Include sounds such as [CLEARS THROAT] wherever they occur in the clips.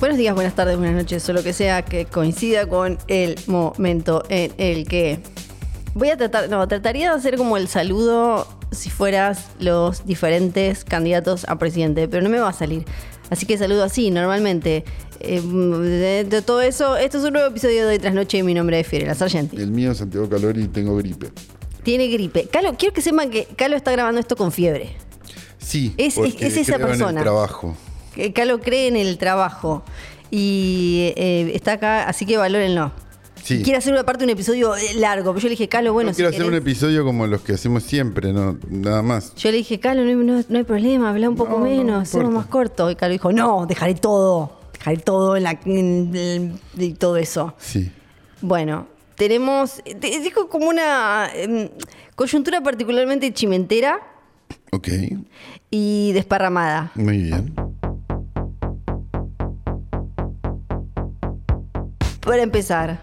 Buenos días, buenas tardes, buenas noches, o lo que sea que coincida con el momento en el que voy a tratar, no, trataría de hacer como el saludo si fueras los diferentes candidatos a presidente, pero no me va a salir. Así que saludo así, normalmente. Eh, de, de todo eso, esto es un nuevo episodio de Hoy Tras Noche y mi nombre es Fiorella Sargenti. El mío es Santiago Calori y tengo gripe. Tiene gripe. Calo, quiero que sepan que Calo está grabando esto con fiebre. Sí, Es- es- porque es esa creo en el persona. trabajo. Que Calo cree en el trabajo y eh, está acá, así que valórenlo. Sí. Quiere hacer una parte un episodio eh, largo, pero yo le dije, Calo, bueno, No si quiero hacer un querés- episodio como los que hacemos siempre, no, nada más. Yo le dije, Calo, no hay, no- no hay problema, habla un poco No, no menos, hacemos importa. más corto. Y Calo dijo, no, dejaré todo, dejaré todo en la, en- en- y todo eso. Sí. Bueno, tenemos, te- dijo como una em, coyuntura particularmente chimentera Ok, y desparramada. muy bien. Para empezar,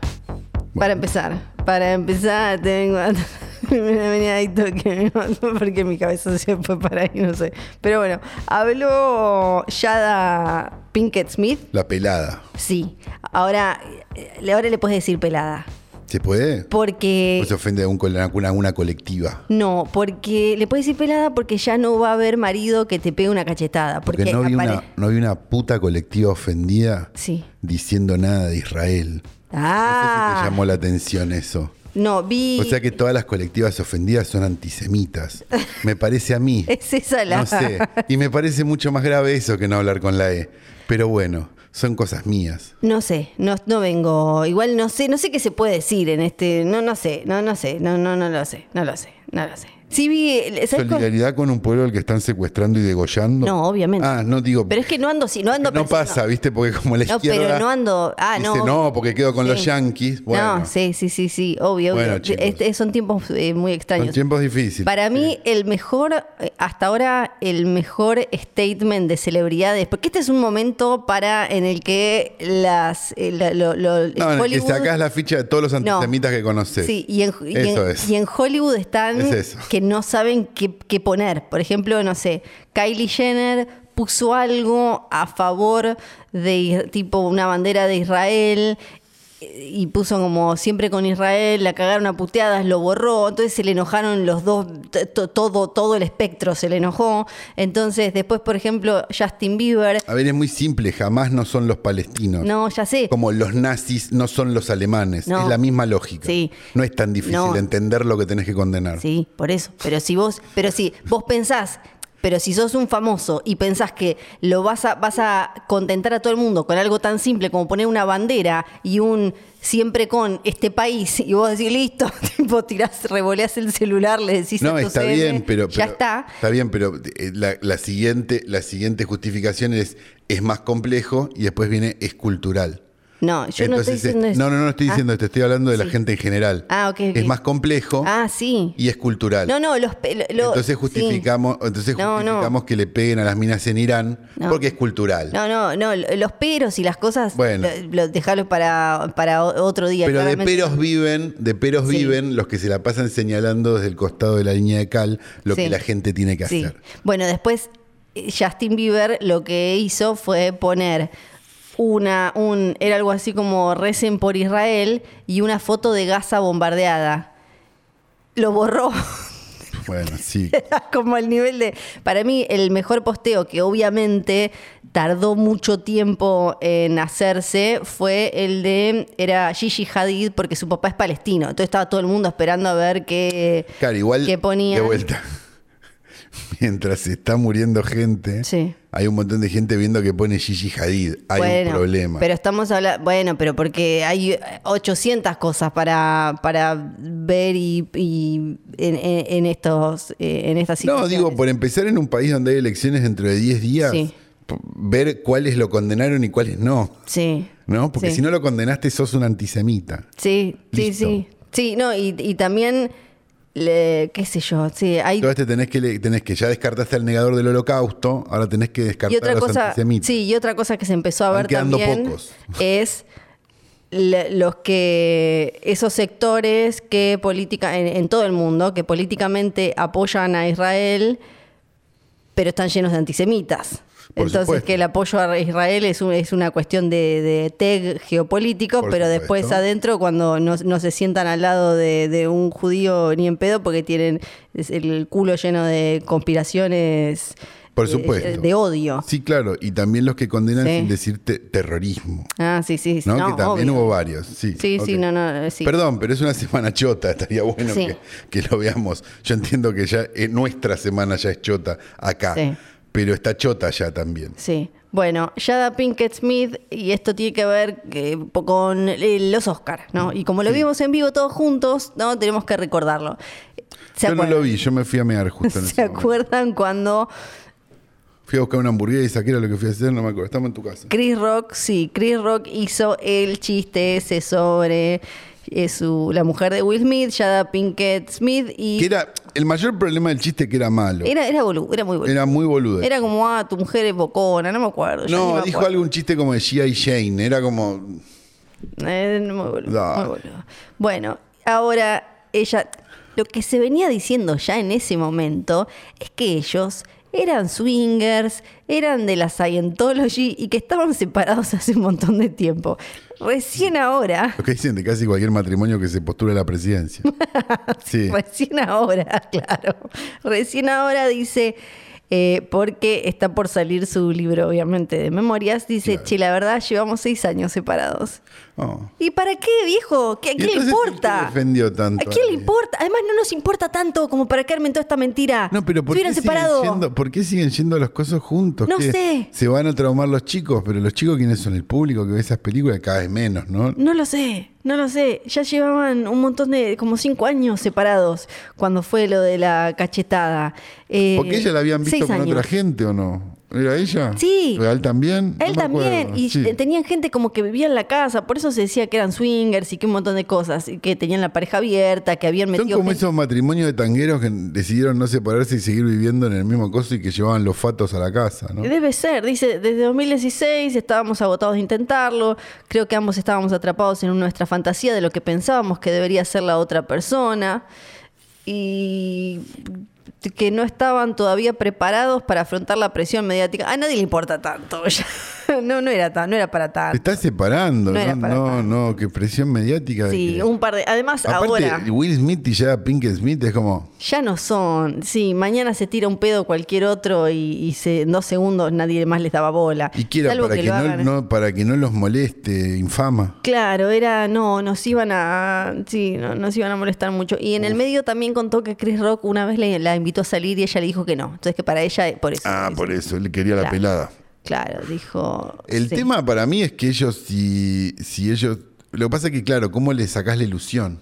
para empezar, para empezar, tengo [LAUGHS] una meneadito que me mató [LAUGHS] porque mi cabeza se fue para ahí, no sé. Pero bueno, habló Yada Pinkett Smith. La pelada. Sí, ahora, eh, ahora le puedes decir pelada. ¿Se puede? Porque. ¿O se ofende a, un, col- a una, a una colectiva? no, porque le puedes decir pelada porque ya no va a haber marido que te pegue una cachetada. Porque, Porque no vi, apare- una, no vi una puta colectiva ofendida Sí. diciendo nada de Israel. No sé si Ah. te llamó la atención eso. No, vi. O sea que todas las colectivas ofendidas son antisemitas. Me parece a mí. [LAUGHS] Es esa la- No sé. Y me parece mucho más grave eso que no hablar con la E. Pero bueno, son cosas mías. No sé, no, no vengo. Igual no sé, no sé qué se puede decir en este. No, no sé, no, no sé, no, no, no lo sé, no lo sé, no lo sé. Sí vi. eh, ¿sabes cuál? Solidaridad con un pueblo al que están secuestrando y degollando. No, obviamente. Ah, no digo. Pero es que no ando, si no ando no pensando- pasa, ¿viste? Porque como la No, izquierda. pero no ando- ah, no, dice, obvio. no, porque quedo con los Sí. yanquis. Bueno, No, sí, sí, sí, sí, obvio. obvio. Bueno, chicos. Este- son tiempos eh, muy extraños. son tiempos difíciles. Para mí, el mejor, eh, hasta ahora, el mejor statement de celebridades, porque este es un momento para en el que las. eh, la- lo- lo- el No, en el que Hollywood- sacás la ficha de todos los No. antisemitas que conoces. Sí, y en, y en- Eso es. y en Hollywood están Es eso. que no saben qué, qué poner. Por ejemplo, no sé, Kylie Jenner puso algo a favor de Is- tipo una bandera de Israel eh, y puso como siempre con Israel, la cagaron a puteadas, lo borró, entonces se le enojaron los dos, t- to- todo, todo el espectro se le enojó. Entonces, después, por ejemplo, Justin Bieber, A ver, es muy simple, jamás no son los palestinos. no, ya sé. Como los nazis no son los alemanes. No. Es la misma lógica. Sí. No es tan difícil No. entender lo que tenés que condenar. Sí, por eso. Pero si vos, pero si vos pensás, pero si sos un famoso y pensás que lo vas a, vas a contentar a todo el mundo con algo tan simple como poner una bandera y un siempre con este país, y vos decís, listo, [LAUGHS] tipo, tirás, revoleás el celular, le decís a No, tu está CM, bien, pero, ya pero- está. Está bien, pero eh, la, la siguiente, la siguiente justificación es es más complejo y después viene es cultural. No, yo no estoy Entonces, diciendo es- eso. no, no, no estoy Ah, diciendo esto, estoy hablando de la sí. gente en general. Ah, ok, ok. Es más complejo Ah, sí. y es cultural. No, no, los pe- lo- entonces sí. justificamos, entonces No, no. justificamos que le peguen a las minas en Irán No. porque es cultural. No, no, no, lo- los peros y las cosas, Bueno. lo, lo- dejalos para, para o- otro día. Pero de claramente. peros viven, de peros Sí. viven los que se la pasan señalando desde el costado de la línea de cal lo Sí. que la gente tiene que Sí. [LAUGHS] hacer. Bueno, después eh, Justin Bieber lo que hizo fue poner una, un, era algo así como recen por Israel y una foto de Gaza bombardeada. Lo borró. [LAUGHS] Bueno, sí. Era como el nivel de. Para mí, el mejor posteo que obviamente tardó mucho tiempo en hacerse fue el de. Era Gigi Hadid, porque su papá es palestino. Entonces estaba todo el mundo esperando a ver qué. Claro, igual qué ponía. de vuelta. [LAUGHS] Mientras se está muriendo gente, Sí. hay un montón de gente viendo que pone Gigi Hadid. Hay Bueno, un problema. Pero estamos hablando, bueno, pero porque hay 800 cosas para, para ver y, y en, en- en estos eh, en estas no, situaciones. digo, por empezar en un país donde hay elecciones dentro de 10 días, Sí. p- ver cuáles lo condenaron y cuáles no. Sí. ¿No? Porque Sí. si no lo condenaste, sos un antisemita. Sí, sí, Listo. sí. Sí, no, y, y también, le- qué sé yo, sí, hay... Entonces te este tenés que, le- tenés que, ya descartaste al negador del holocausto, ahora tenés que descartar Y otra a los cosa, antisemitas. sí, y otra cosa que se empezó a Van ver quedando también pocos. [LAUGHS] es la- los que esos sectores que política en, en todo el mundo que políticamente apoyan a Israel, pero están llenos de antisemitas. Por Entonces supuesto. que el apoyo a Israel es, un- es una cuestión de, de tag geopolítico, Por pero después supuesto. adentro cuando no, no se sientan al lado de, de un judío ni en pedo porque tienen es el culo lleno de conspiraciones Por eh, supuesto. de odio. Sí, claro. Y también los que condenan Sí. sin decirte terrorismo. Ah, sí, sí. sí. ¿no? No, que también obvio. hubo varios. Sí, Sí, sí, ok. no, no, eh, sí. Perdón, pero es una [LAUGHS] semana chota, estaría bueno Sí. que, que lo veamos. Yo entiendo que ya eh, nuestra semana ya es chota acá, Sí. pero está chota ya también. Sí. Bueno, Jada Pinkett Smith, y esto tiene que ver eh, po- con eh, los Oscars, ¿no? Y como lo vimos en vivo todos juntos, ¿no? Tenemos que recordarlo. ¿Se Yo acuerdan? no lo vi, yo me fui a mear justo en [LAUGHS] ese ¿Se momento. acuerdan cuando Fui a buscar una hamburguesa, que era lo que fui a hacer, no me acuerdo. Estamos en tu casa. Chris Rock, sí, Chris Rock hizo el chiste ese sobre eh, su, la mujer de Will Smith, Jada Pinkett Smith, y Que era el mayor problema del chiste que era malo. Era, era, era boludo, era muy boludo. Era, muy boludo. como, ah, tu mujer es bocona, no me acuerdo. ya ni no, me dijo acuerdo. algún chiste como de G.I. Shane. Era como. Eh, muy boludo, Dale. muy boludo. Bueno, ahora ella. Lo que se venía diciendo ya en ese momento es que ellos eran swingers, eran de la Scientology y que estaban separados hace un montón de tiempo. Recién ahora, Lo que dicen de casi cualquier matrimonio que se postule a [LAUGHS] la presidencia. Sí. recién ahora, [LAUGHS] claro. Recién ahora dice. eh, porque está por salir su libro, obviamente, de memorias. Dice, Claro. che, la verdad, llevamos seis años separados. Oh. ¿Y para qué, viejo? ¿Qué, a ¿Y quién le entonces por qué importa? defendió tanto ¿A quién le ahí? importa? Además, no nos importa tanto como para Carmen toda esta mentira. No, pero Se ¿por qué, hubieran separado. siguen yendo, por qué siguen yendo los cosos juntos? No ¿Qué? sé. Se van a traumar los chicos, pero los chicos, ¿quiénes son? El público que ve esas películas cada vez menos, ¿no? No lo sé, no lo sé. Ya llevaban un montón de, como cinco años separados cuando fue lo de la cachetada. Eh, Porque ella la habían visto seis con otra años. gente o no. ¿Era ella? Sí. ¿A él también? Él No me también, acuerdo. y Sí. tenían gente como que vivía en la casa, por eso se decía que eran swingers y que un montón de cosas, y que tenían la pareja abierta, que habían Son metido... como gente- esos matrimonios de tangueros que decidieron no separarse y seguir viviendo en el mismo coso y que llevaban los fatos a la casa, ¿no? Debe ser, dice, desde 2016 estábamos agotados de intentarlo, creo que ambos estábamos atrapados en nuestra fantasía de lo que pensábamos que debería ser la otra persona y que no estaban todavía preparados para afrontar la presión mediática. A nadie le importa tanto, [LAUGHS] ya. no, no, era tan, no era para Te tanto. estás separando, No era ¿no? para No, nada. no, qué presión mediática. de Sí, que- un par de... Además, Aparte, ahora... Will Smith y ya Pinkett Smith es como... Ya no son, sí, mañana se tira un pedo cualquier otro y, y se- en dos segundos nadie más les daba bola. Y quiera Salvo para que, lo no, hagan- no- para que no los moleste, infama. Claro, era, no, nos iban a, sí, no, nos iban a molestar mucho. Y en el medio también contó que Chris Rock una vez le, la invitó a salir y ella le dijo que no. Entonces que para ella, eh, por eso. Ah, por eso, él quería la Claro. pelada. Claro, dijo. El sí. tema para mí es que ellos, si, si ellos. Lo que pasa es que, claro, ¿cómo le sacás la ilusión,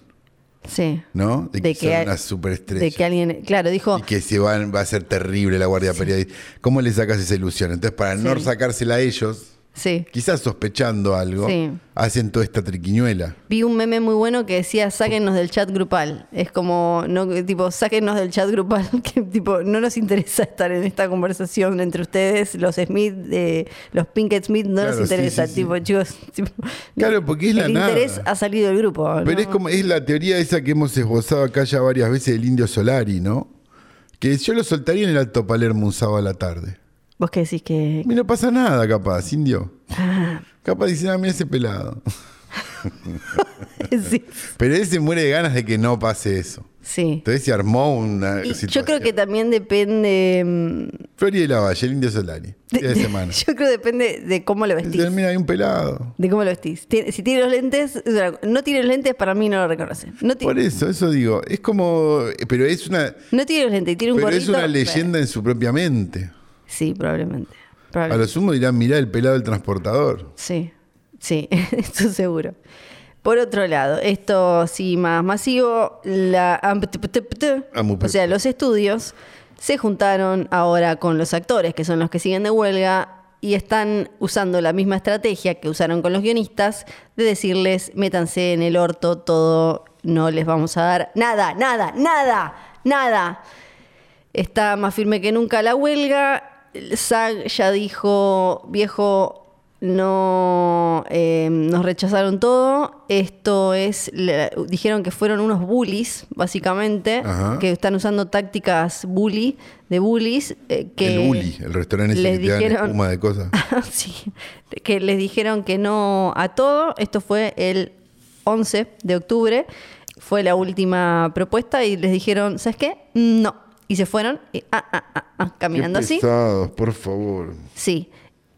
Sí. no? De que, De que son al- una superestrella. De que alguien, claro, dijo, y que se van, va a ser terrible la guardia periodista. ¿Cómo le sacas esa ilusión? Entonces, para no Sí. sacársela a ellos, sí. quizás sospechando algo, Sí. hacen toda esta triquiñuela. Vi un meme muy bueno que decía, sáquennos del chat grupal. Es como, no, tipo, sáquennos del chat grupal, [LAUGHS] que tipo, no nos interesa estar en esta conversación entre ustedes, los Smith, eh, los Pinkett Smith, no Claro, nos sí, interesa, sí, sí. tipo, chicos. [LAUGHS] tipo, Claro, porque es la El nada. interés ha salido del grupo. Pero ¿no? es como es la teoría esa que hemos esbozado acá ya varias veces del Indio Solari, ¿no? Que yo lo soltaría en el Alto Palermo un sábado a la tarde. Vos que decís [LAUGHS] que. Y no pasa nada, capaz, Indio. Ah, [LAUGHS] Capaz dicen, ah, mira ese pelado. sí. Pero él se muere de ganas de que no pase eso. sí. Entonces se armó una Y situación. yo creo que también depende. mm, Flori de la Valle, el Indio Solari. Día de [LAUGHS] semana. Yo creo que depende de cómo lo vestís. Dicen, mira, hay un pelado. De cómo lo vestís. Tien- Si tiene los lentes, es una- no tiene los lentes, para mí no lo reconocen. No, ti- Por eso, eso digo. Es como... Pero es una... no tiene los lentes y tiene un eh. Pero gorrito. es una bueno, leyenda en su propia mente. sí, probablemente. A probablemente. lo sumo dirán, mirá el pelado del transportador. Sí, sí, [LAUGHS] estoy seguro. Por otro lado, esto sí más masivo, la Amu- o sea, los estudios se juntaron ahora con los actores, que son los que siguen de huelga, y están usando la misma estrategia que usaron con los guionistas de decirles métanse en el orto todo, no les vamos a dar nada, nada, nada, nada. Está más firme que nunca la huelga. SAG ya dijo, viejo, no eh, nos rechazaron todo. Esto es, la- dijeron que fueron unos bullies, básicamente, Ajá. que están usando tácticas bully, de bullies. eh, que el Uli, el restaurante ese les que te dan dijeron- Ah, espuma de [LAUGHS] cosas. sí, que les dijeron que no a todo. Esto fue el 11 de octubre. Fue la última propuesta y les dijeron, ¿sabes qué? No. Y se fueron y, ah, ah, ah, ah, caminando Qué así. pesados, por favor. Sí.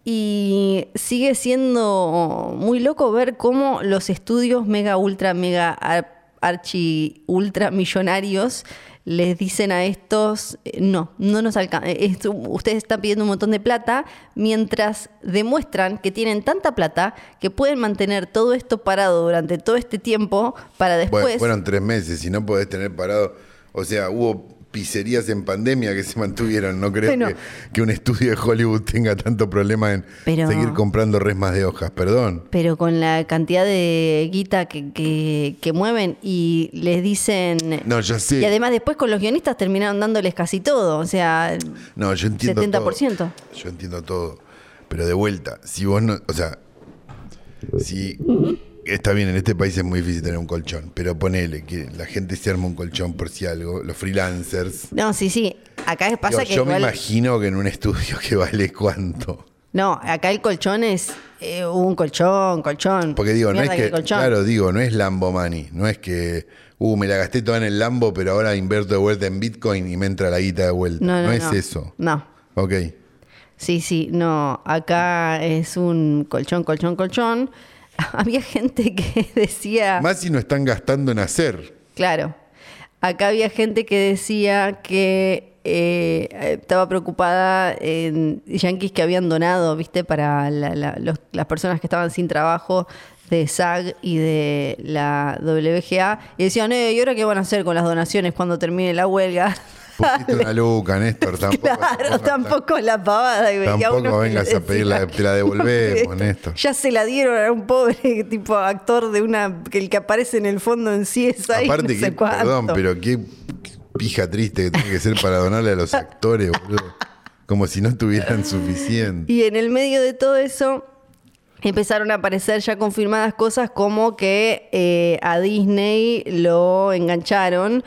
Y sigue siendo muy loco ver cómo los estudios mega, ultra, mega, ar- archi, ultra millonarios les dicen a estos, eh, no, no nos alcanza. Ustedes están pidiendo un montón de plata mientras demuestran que tienen tanta plata que pueden mantener todo esto parado durante todo este tiempo para después... Bueno, fueron tres meses, si no podés tener parado. O sea, hubo pizzerías en pandemia que se [LAUGHS] mantuvieron. No creo Bueno. que, que un estudio de Hollywood tenga tanto problema en Pero- seguir comprando resmas de hojas, perdón. Pero con la cantidad de guita que, que- que mueven y les dicen... No, yo sé. Y además después con los guionistas terminaron dándoles casi todo, o sea, No, yo entiendo 70%. todo. Yo entiendo todo. Pero de vuelta, si vos no. O sea, si. Está bien, en este país es muy difícil tener un colchón. Pero ponele que la gente se arma un colchón por si algo. Los freelancers. no, sí, sí, acá pasa Digo, que yo igual- me imagino que en un estudio [LAUGHS] que vale cuánto. no, acá el colchón es eh, un colchón, colchón. Porque digo, no es Mierda que. el colchón. Claro, digo, no es Lambo Money. No es que. Uh, me la gasté toda en el Lambo, pero ahora invierto de vuelta en Bitcoin y me entra la guita de vuelta. no, No, no, es no. eso. No. Ok. Sí, sí, no, acá es un colchón, colchón, colchón. [LAUGHS] Había gente que [LAUGHS] decía Más si no están gastando en hacer. Claro. Acá había gente que decía que eh, estaba preocupada en yanquis que habían donado, ¿viste? Para la- la- los- las personas que estaban sin trabajo de SAG y de la WGA. Y decían, eh, ¿y ahora qué van a hacer con las donaciones cuando termine la huelga? [LAUGHS] Pusiste una luca, Néstor, tampoco. claro, tampoco la pavada. Y veía Tampoco uno que vengas a pedirla, decía, te [LAUGHS] la devolvemos, Néstor. Ya se la dieron a un pobre [LAUGHS] tipo actor de una. que el que aparece en el fondo en sí es ahí. Aparte, no que, sé cuánto. perdón, pero qué pija triste que tiene que ser para donarle a los actores, boludo. Como si [LAUGHS] no tuvieran suficiente. Y en el medio de todo eso empezaron a aparecer ya confirmadas cosas como que eh, a Disney lo engancharon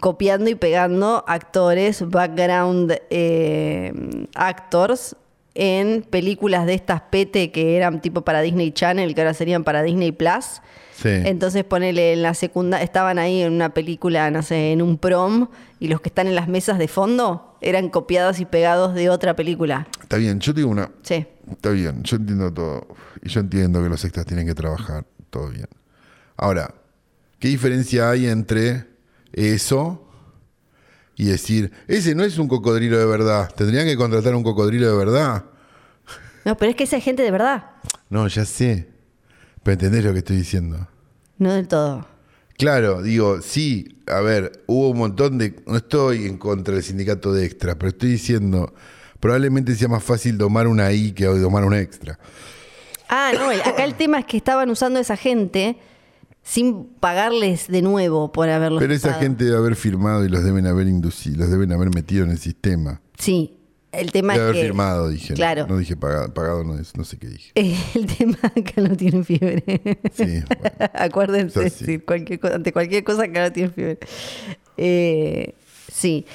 copiando y pegando actores, background eh, actors en películas de estas pete que eran tipo para Disney Channel, que ahora serían para Disney Plus. Sí. Entonces ponele en la secundaria, estaban ahí en una película, no sé, en un prom, y los que están en las mesas de fondo eran copiados y pegados de otra película. Está bien, yo te digo una. Sí. Está bien, yo entiendo todo. Y yo entiendo que los extras tienen que trabajar. Todo bien. Ahora, ¿qué diferencia hay entre eso y decir, ese no es un cocodrilo de verdad? ¿Tendrían que contratar un cocodrilo de verdad? No, pero es que esa es gente de verdad. No, ya sé. Pero entendés lo que estoy diciendo. No del todo. Claro, digo, sí, a ver, hubo un montón de... No estoy en contra del sindicato de extras, pero estoy diciendo, probablemente sea más fácil domar una I que domar un extra. Ah, no, el- acá [COUGHS] el tema es que estaban usando a esa gente sin pagarles de nuevo por haberlos Pero esa usado. gente debe haber firmado y los deben haber inducido, los deben haber metido en el sistema. Sí, el tema Debe es haber que... firmado, dije. ¿no? Claro. No, dije pagado, pagado no, es, no sé qué dije. Eh, [LAUGHS] El tema que no tienen fiebre. [LAUGHS] Sí, [LAUGHS] bueno. Acuérdense, Eso sí. sí, cualquier cosa- ante cualquier cosa que no tienen fiebre. Eh, sí.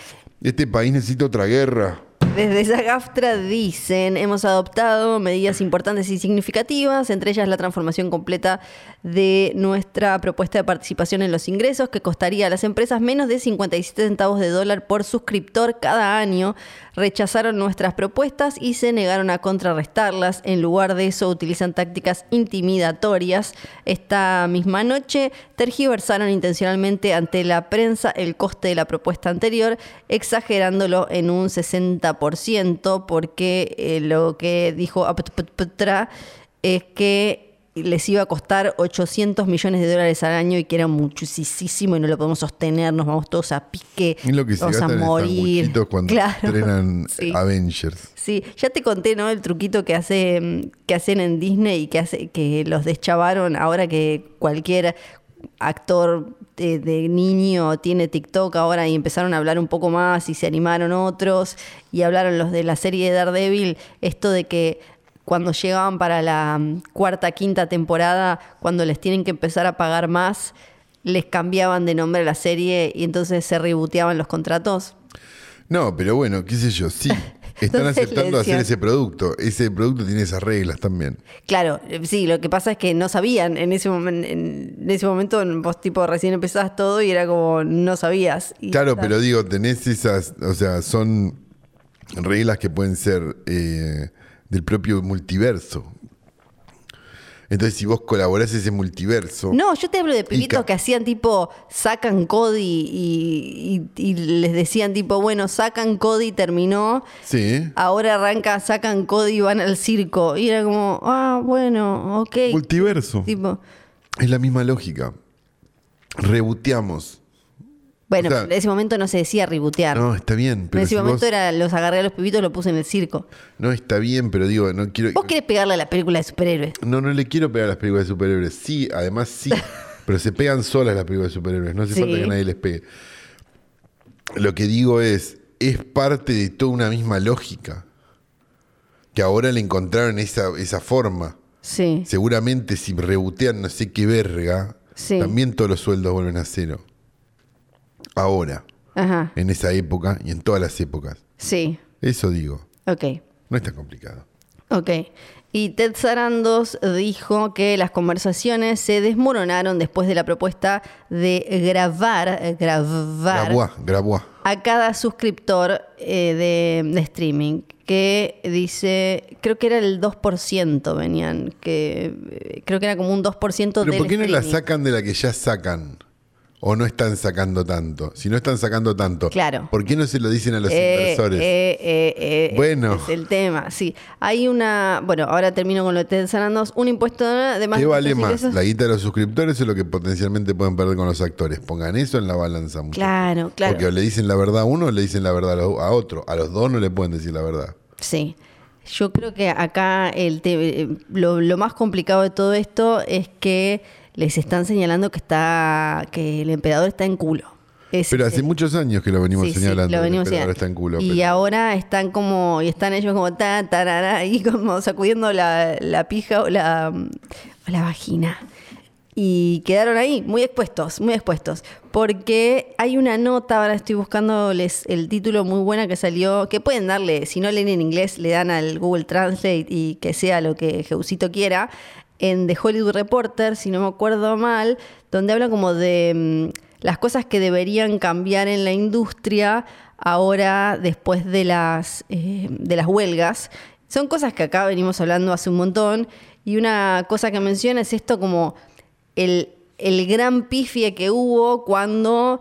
Este país necesita otra guerra. Desde Sagaftra dicen, hemos adoptado medidas importantes y significativas, entre ellas la transformación completa de nuestra propuesta de participación en los ingresos, que costaría a las empresas menos de 57 centavos de dólar por suscriptor cada año. Rechazaron nuestras propuestas y se negaron a contrarrestarlas. En lugar de eso, utilizan tácticas intimidatorias. Esta misma noche tergiversaron intencionalmente ante la prensa el coste de la propuesta anterior, exagerándolo en un 60%, porque eh, lo que dijo Aptra es que les iba a costar 800 millones de dólares al año y que era muchísimo y no lo podemos sostener, nos vamos todos a pique, Es lo que se vamos a gastan en morir. sanguchitos [LAUGHS] cuando Claro, estrenan sí. Avengers. Sí, ya te conté, ¿no? El truquito que hace mm, que hacen en Disney y que hace que los deschavaron ahora que cualquier actor de, de niño tiene TikTok ahora y empezaron a hablar un poco más y se animaron otros y hablaron los de la serie de Daredevil, esto de que cuando llegaban para la mm, cuarta, quinta temporada, cuando les tienen que empezar a pagar más, les cambiaban de nombre a la serie y entonces se reboteaban los contratos. No, pero bueno, qué sé [LAUGHS] yo, sí. Están Entonces le aceptando hacer decían- ese producto. Ese producto tiene esas reglas también. Claro, eh, sí, lo que pasa es que no sabían en ese, momen- en, en ese momento, en- vos tipo recién empezabas todo y era como no sabías. Y Claro, ta- pero digo, tenés esas, o sea, son reglas que pueden ser eh, del propio multiverso. Entonces, si vos colaborás ese multiverso, No, yo te hablo de pibitos ca- que hacían tipo, sacan Cody y, y- y les decían tipo, bueno, sacan Cody, terminó, sí, ahora arranca, sacan Cody y van al circo. Y era como, ah, bueno, ok. multiverso. Tipo, Es la misma lógica. Rebuteamos. bueno, O sea- pero en ese momento no se decía rebotear. No, está bien, en pero ese si momento vos- era, los agarré a los pibitos y los puse en el circo. no está bien, pero digo, no quiero Vos querés pegarle a la película de superhéroes. No, no le quiero pegar a las películas de superhéroes. Sí, [LAUGHS] además sí. pero se pegan solas las películas de superhéroes. No hace Sí. falta que nadie les pegue. Lo que digo es, es parte de toda una misma lógica. Que ahora le encontraron esa, esa forma. Sí. Seguramente si rebotean no sé qué verga, Sí. también todos los sueldos vuelven a cero. Ahora, Ajá. en esa época y en todas las épocas. Sí, Eso digo. ok, No es tan complicado. ok. Y Ted Sarandos dijo que las conversaciones se desmoronaron después de la propuesta de grabar, eh, grabar Grabuá, grabuá. a cada suscriptor eh, de, de streaming, que dice, creo que era el 2%, venían, que eh, creo que era como un 2% Pero del ¿por qué no la streaming. sacan de la que ya sacan? ¿O no están sacando tanto? Si no están sacando tanto, Claro. ¿por qué no se lo dicen a los Eh, inversores? eh, eh, eh, Bueno. Es el tema, sí. Hay una. Bueno, ahora termino con lo de Ted Sarandos. Un impuesto de más. ¿Qué de vale estos más? ingresos- ¿La guita de los suscriptores o lo que potencialmente pueden perder con los actores? Pongan eso en la balanza. muchachos. Claro, claro. Porque o le dicen la verdad a uno o le dicen la verdad a lo- a otro. A los dos no le pueden decir la verdad. Sí. Yo creo que acá el te- eh, lo, lo más complicado de todo esto es que les están señalando que está que el emperador está en culo. Es- Pero hace es- muchos años que lo venimos sí, sí, señalando. lo que el venimos emperador señalando. está en culo. Y pero- ahora están como, y están ellos como ta, tarara, y como sacudiendo la, la pija o la, o la vagina. Y quedaron ahí, muy expuestos, muy expuestos. Porque hay una nota, ahora estoy buscándoles el título muy buena que salió, que pueden darle, si no leen en inglés, le dan al Google Translate y que sea lo que Jeusito quiera, en The Hollywood Reporter, si no me acuerdo mal, donde habla como de mm, las cosas que deberían cambiar en la industria ahora después de las, eh, de las huelgas. Son cosas que acá venimos hablando hace un montón y una cosa que menciona es esto como el, el gran pifie que hubo cuando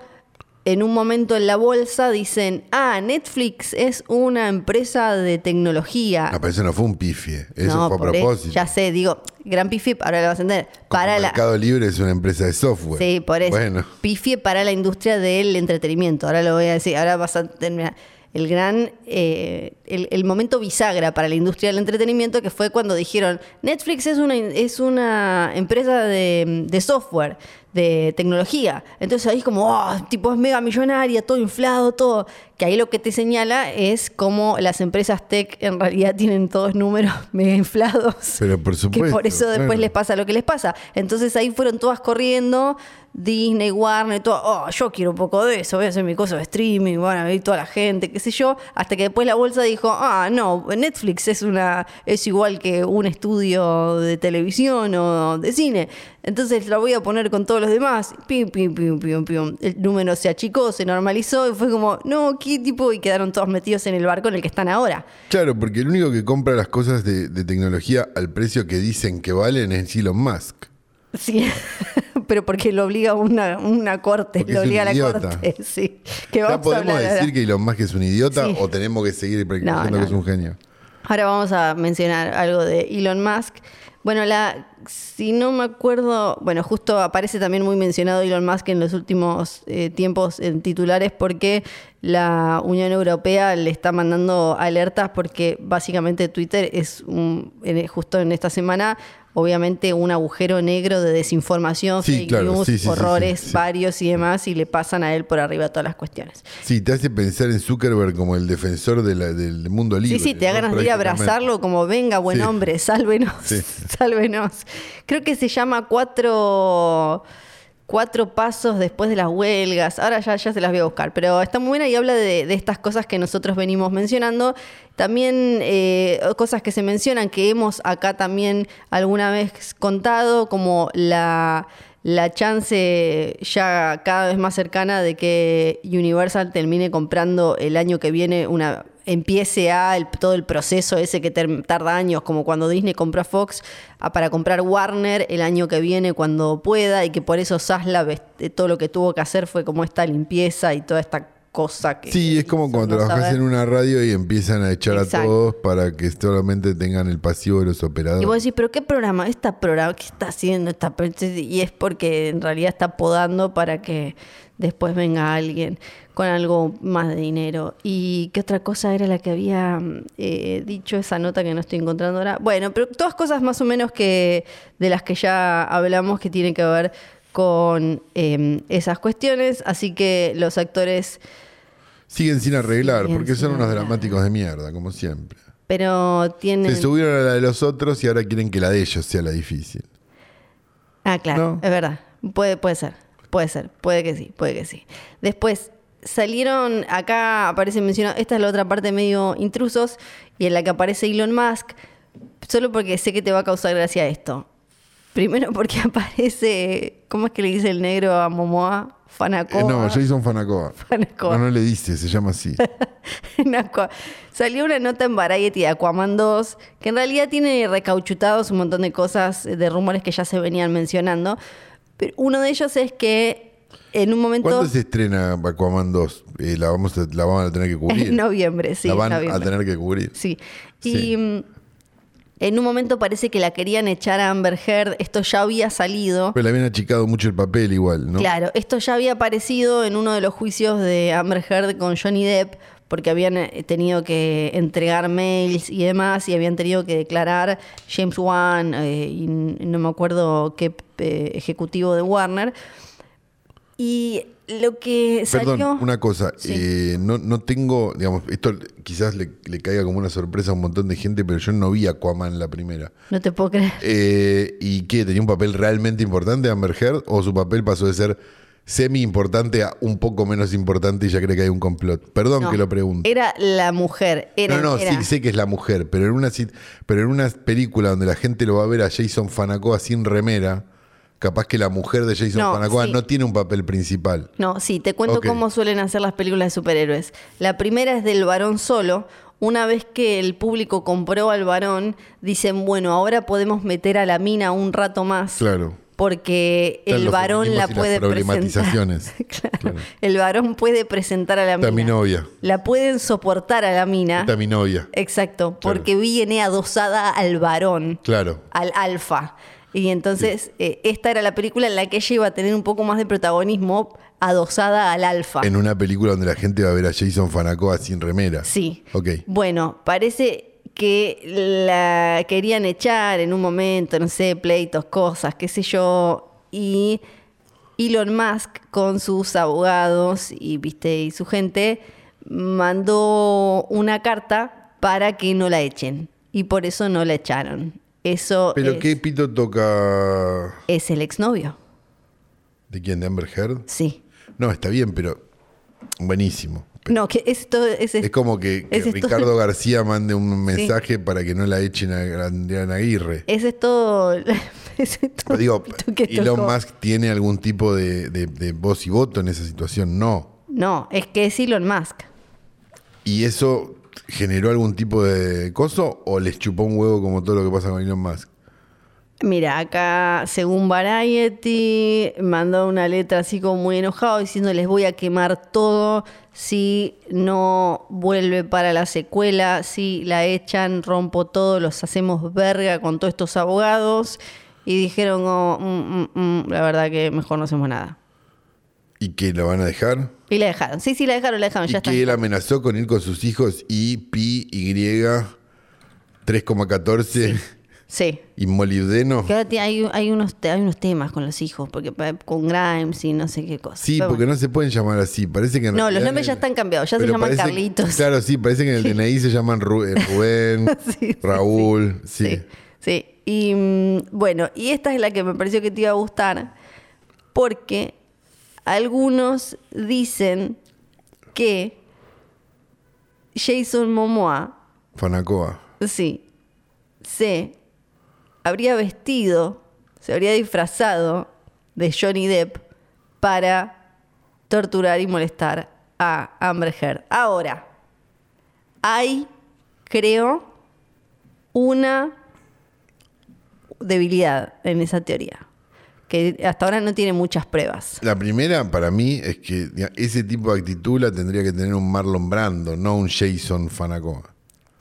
en un momento en la bolsa dicen, ah, Netflix es una empresa de tecnología. No, pero eso no fue un pifie. Ah, Eso No, fue a por e- propósito. Ya sé, digo, gran pifie, ahora lo vas a entender. Como Para la, Mercado Libre es una empresa de software. Sí, por eso. Bueno. Pifie para la industria del entretenimiento. Ahora lo voy a decir, ahora vas a terminar. El gran, eh, el, el momento bisagra para la industria del entretenimiento que fue cuando dijeron, Netflix es una, in- es una empresa de, de software, de tecnología. Entonces ahí es como, "Oh, tipo es mega millonaria, todo inflado, todo. Que ahí lo que te señala es cómo las empresas tech en realidad tienen todos números [LAUGHS] mega inflados. Pero por Que supuesto, por eso después claro. les pasa lo que les pasa. Entonces ahí fueron todas corriendo, Disney, Warner, todo, oh, yo quiero un poco de eso, voy a hacer mi cosa de streaming, van a ver toda la gente, qué sé yo, hasta que después la bolsa dijo, ah, no, Netflix es una, es igual que un estudio de televisión o de cine. Entonces la voy a poner con todos los demás. Pim, pim, pim, pim, pim. El número se achicó, se normalizó y fue como, no, qué tipo, y quedaron todos metidos en el barco en el que están ahora. Claro, porque el único que compra las cosas de, de tecnología al precio que dicen que valen es Elon Musk. Sí, [LAUGHS] pero porque lo obliga una, una corte, Porque lo es un obliga a la idiota. corte. [LAUGHS] Sí, que ¿Ya vamos a podemos hablar ahora. decir que Elon Musk es un idiota Sí. o tenemos que seguir diciendo no, que es un genio? Ahora vamos a mencionar algo de Elon Musk. Bueno, la, si no me acuerdo, bueno, justo aparece también muy mencionado Elon Musk en los últimos eh, tiempos en titulares porque la Unión Europea le está mandando alertas porque básicamente Twitter es un, en- justo en esta semana, obviamente un agujero negro de desinformación, Sí, fake claro, news, sí, sí, sí, horrores sí, sí. varios y demás y le pasan a él por arriba todas las cuestiones. Sí, te hace pensar en Zuckerberg como el defensor de la- del mundo libre. Sí, sí, te da ¿no? ganas de ir a Prácticamente. abrazarlo como venga, buen Sí. hombre, sálvenos, Sí. [LAUGHS] sálvenos. Creo que se llama cuatro, cuatro pasos después de las huelgas. Ahora ya, ya se las voy a buscar, pero está muy buena y habla de, de estas cosas que nosotros venimos mencionando. También eh, cosas que se mencionan que hemos acá también alguna vez contado, como la la chance ya cada vez más cercana de que Universal termine comprando el año que viene una empiece a el- todo el proceso ese que ter- tarda años, como cuando Disney compró a Fox a- para comprar Warner el año que viene cuando pueda y que por eso Zaslav este, todo lo que tuvo que hacer fue como esta limpieza y toda esta cosa que Sí, es como cuando hizo no trabajas saber. en una radio y empiezan a echar a Exacto. todos para que solamente tengan el pasivo de los operadores. Y vos decís, pero ¿qué programa? ¿Esta programa? ¿Qué está haciendo esta per- Y es porque en realidad está podando para que después venga alguien con algo más de dinero. ¿Y qué otra cosa era la que había eh, dicho esa nota que no estoy encontrando ahora? Bueno, pero todas cosas más o menos que de las que ya hablamos que tienen que ver con eh, esas cuestiones. Así que los actores... Siguen sin arreglar, Siguen porque sin son unos arreglar. dramáticos de mierda, como siempre. Pero tienen... Se subieron a la de los otros y ahora quieren que la de ellos sea la difícil. Ah, claro, ¿No? es verdad. Puede, puede ser, puede ser, puede que sí, puede que sí. Después salieron, acá aparece mencionado, esta es la otra parte medio intrusos, y en la que aparece Elon Musk, solo porque sé que te va a causar gracia esto. Primero porque [LAUGHS] aparece, ¿cómo es que le dice el negro a Momoa? Fanacoa. Eh, no, Jason Fanacoa. [LAUGHS] Fanacoa. No, no le dice, se [LAUGHS] llama así. En Aqua- Salió una nota en Variety de Aquaman 2, que en realidad tiene recauchutados un montón de cosas, eh, de rumores que ya se venían mencionando. Pero uno de ellos es que en un momento... ¿Cuándo [LAUGHS] se estrena Aquaman 2? Eh, la, vamos a, la vamos a tener que [LAUGHS] cubrir. En noviembre, sí. la en van a noviembre. tener que cubrir. Sí. Y Sí. mm, en un momento parece que la querían echar a Amber Heard. Esto ya había salido. Pero le habían achicado mucho el papel igual, ¿no? Claro, esto ya había aparecido en uno de los juicios de Amber Heard con Johnny Depp, porque habían eh, tenido que entregar mails y demás, y habían tenido que declarar James Wan eh, y n- no me acuerdo qué eh, ejecutivo de Warner. Y lo que salió. Perdón, una cosa. Sí. eh, no, no tengo, digamos, esto quizás le, le caiga como una sorpresa a un montón de gente, pero yo no vi Aquaman la primera. No te puedo creer. Eh, ¿Y qué? ¿Tenía un papel realmente importante Amber Heard? ¿O su papel pasó de ser semi importante a un poco menos importante y ya cree que hay un complot? Perdón No, que lo pregunte. Era la mujer. Era, no, no, era- sí, sé que es la mujer, pero en, una, sit- pero en una película donde la gente lo va a ver a Jason Fanacoa sin remera, capaz que la mujer de Jason No, Fanacoa sí. no tiene un papel principal. No, sí, te cuento Ok. cómo suelen hacer las películas de superhéroes. La primera es del varón solo. Una vez que el público compró al varón, dicen, bueno, ahora podemos meter a la mina un rato más. Claro. Porque Claro, el los varón la feminismos y las puede presentar. [LAUGHS] problematizaciones. Claro. Claro. El varón puede presentar a la Está mina. mi novia. La pueden soportar a la mina. Está mi novia. Exacto, porque viene adosada al varón Claro. al alfa. Y entonces eh, esta era la película en la que ella iba a tener un poco más de protagonismo adosada al alfa. En una película donde la gente va a ver a Jason Fanacoa sin remera. Sí. Ok. Bueno, parece que la querían echar en un momento, no sé, pleitos, cosas, qué sé yo. Y Elon Musk con sus abogados y, viste, y su gente mandó una carta para que no la echen. Y por eso no la echaron. Eso Pero es- qué pito toca. es el exnovio. ¿De quién? ¿De Amber Heard? Sí. No, está bien, pero. Buenísimo. No, que esto es, Es como que, que Ese es todo- Ricardo García mande un mensaje para que no la echen a Adriana Aguirre. ese es todo. [LAUGHS] ese es todo [LAUGHS] Pero digo, lo que Elon tocó. Musk tiene algún tipo de, de- de voz y voto en esa situación. No. No, es que es Elon Musk. ¿Y eso generó algún tipo de coso o les chupó un huevo como todo lo que pasa con Elon Musk? Mira, acá, según Variety, mandó una letra así como muy enojado diciendo les voy a quemar todo si no vuelve para la secuela, si la echan, rompo todo, los hacemos verga con todos estos abogados. Y dijeron, como, "Mm, mm, mm, la verdad que mejor no hacemos nada. ¿Y que la van a dejar? Y la dejaron. Sí, sí, la dejaron, la dejaron, y ya está. que él amenazó con ir con sus hijos y pi y 3,14 Sí. y molibdeno. Que ahora tie- hay, hay, unos, te- hay unos temas con los hijos, porque pa- con Grimes y no sé qué cosa. Sí, Pero porque bueno. no se pueden llamar así. Parece que en No, los realidad nombres ya en- están cambiados, ya se Pero llaman parece- Carlitos. Claro, sí, parece que en el DNI se llaman Ru- eh, Rubén, [LAUGHS] Sí, sí, Raúl, [LAUGHS] sí. Sí, sí. Y mm, bueno, y esta es la que me pareció que te iba a gustar, porque algunos dicen que Jason Momoa, Fanacoa. sí, se habría vestido, se habría disfrazado de Johnny Depp para torturar y molestar a Amber Heard. Ahora, hay, creo, una debilidad en esa teoría, que hasta ahora no tiene muchas pruebas. La primera para mí es que diga, ese tipo de actitud la tendría que tener un Marlon Brando, no un Jason Fanacoa.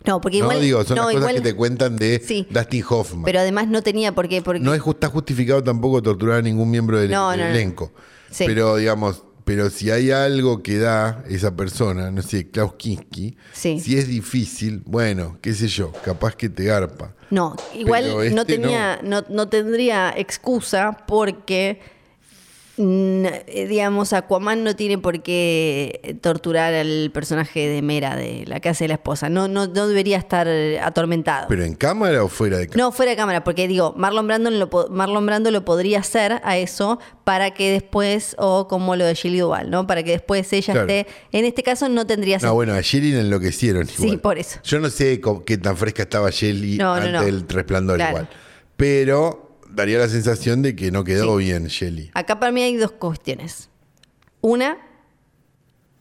No, porque igual... no digo, son no, las cosas igual- que te cuentan de Sí. Dustin Hoffman. Pero además no tenía por qué, porque... no es, ju- está justificado tampoco torturar a ningún miembro del, No, del no, no. elenco. Sí. Pero digamos, pero si hay algo que da esa persona, no sé, Klaus Kinski, Sí. si es difícil, bueno, qué sé yo, capaz que te garpa. No, igual Pero este no tenía, no. no tendría excusa porque mm, eh, digamos Aquaman no tiene por qué torturar al personaje de Mera de la que hace la esposa. No, no, no debería estar atormentado. ¿Pero en cámara o fuera de cámara? no, fuera de cámara, porque digo, Marlon Brando lo, po- Marlon Brando lo podría hacer a eso para que después, o como lo de Gilly Duval, ¿no? Para que después ella Claro. esté. En este caso no tendría No, sentido. bueno, a Jelly la enloquecieron. Sí, igual. por eso. Yo no sé co- qué tan fresca estaba Jelly No, no, ante no. el resplandor Claro. igual. Pero daría la sensación de que no quedó bien Jelly. Acá para mí hay dos cuestiones. Una,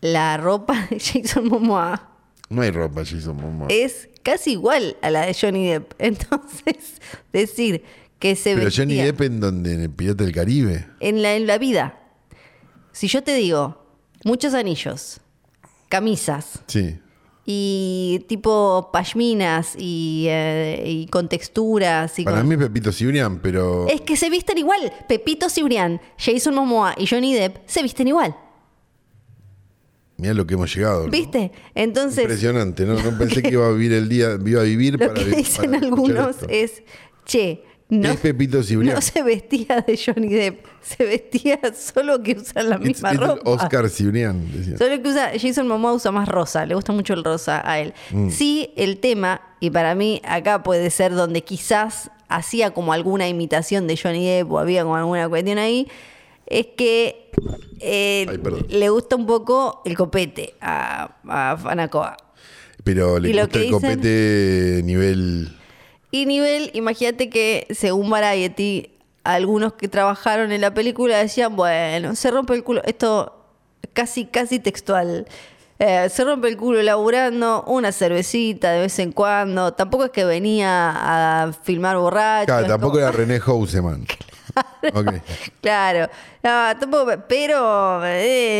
la ropa de [LAUGHS] Jason Momoa No hay ropa Jason Momoa. es casi igual a la de Johnny Depp. [LAUGHS] Entonces, decir que se Pero vestía Johnny Depp en donde en el Pirata del Caribe. En, la, en la vida. Si yo te digo muchos anillos, camisas Sí. y tipo pashminas y, eh, y con texturas y Para con- mí Pepito Cibrián, pero Es que se visten igual. Pepito Cibrián, Jason Momoa y Johnny Depp se visten igual. mirá lo que hemos llegado. ¿no? ¿Viste? Entonces, Impresionante, ¿no? [LAUGHS] No pensé que iba a vivir el día, iba a vivir Lo para que vi- dicen para escuchar algunos esto. es, che, no, es Pepito Cibrián. no se vestía de Johnny Depp, se vestía solo que usa la It's- misma it's ropa. Oscar Cibrián, decía. Solo que usa, Jason Momoa usa más rosa, le gusta mucho el rosa a él. Mm. Sí, el tema, y para mí acá puede ser donde quizás hacía como alguna imitación de Johnny Depp o había como alguna cuestión ahí, es que eh, Ay, perdón. le gusta un poco el copete a, a Fanacoa. Pero le y lo gusta que el dicen- copete nivel. Y nivel, imagínate que según Variety, algunos que trabajaron en la película decían, bueno, se rompe el culo, esto casi, casi textual. Eh, se rompe el culo laburando, una cervecita de vez en cuando. Tampoco es que venía a filmar borracho. Claro, es tampoco como- era [LAUGHS] René Houseman. Ok. Claro, No, tampoco, pero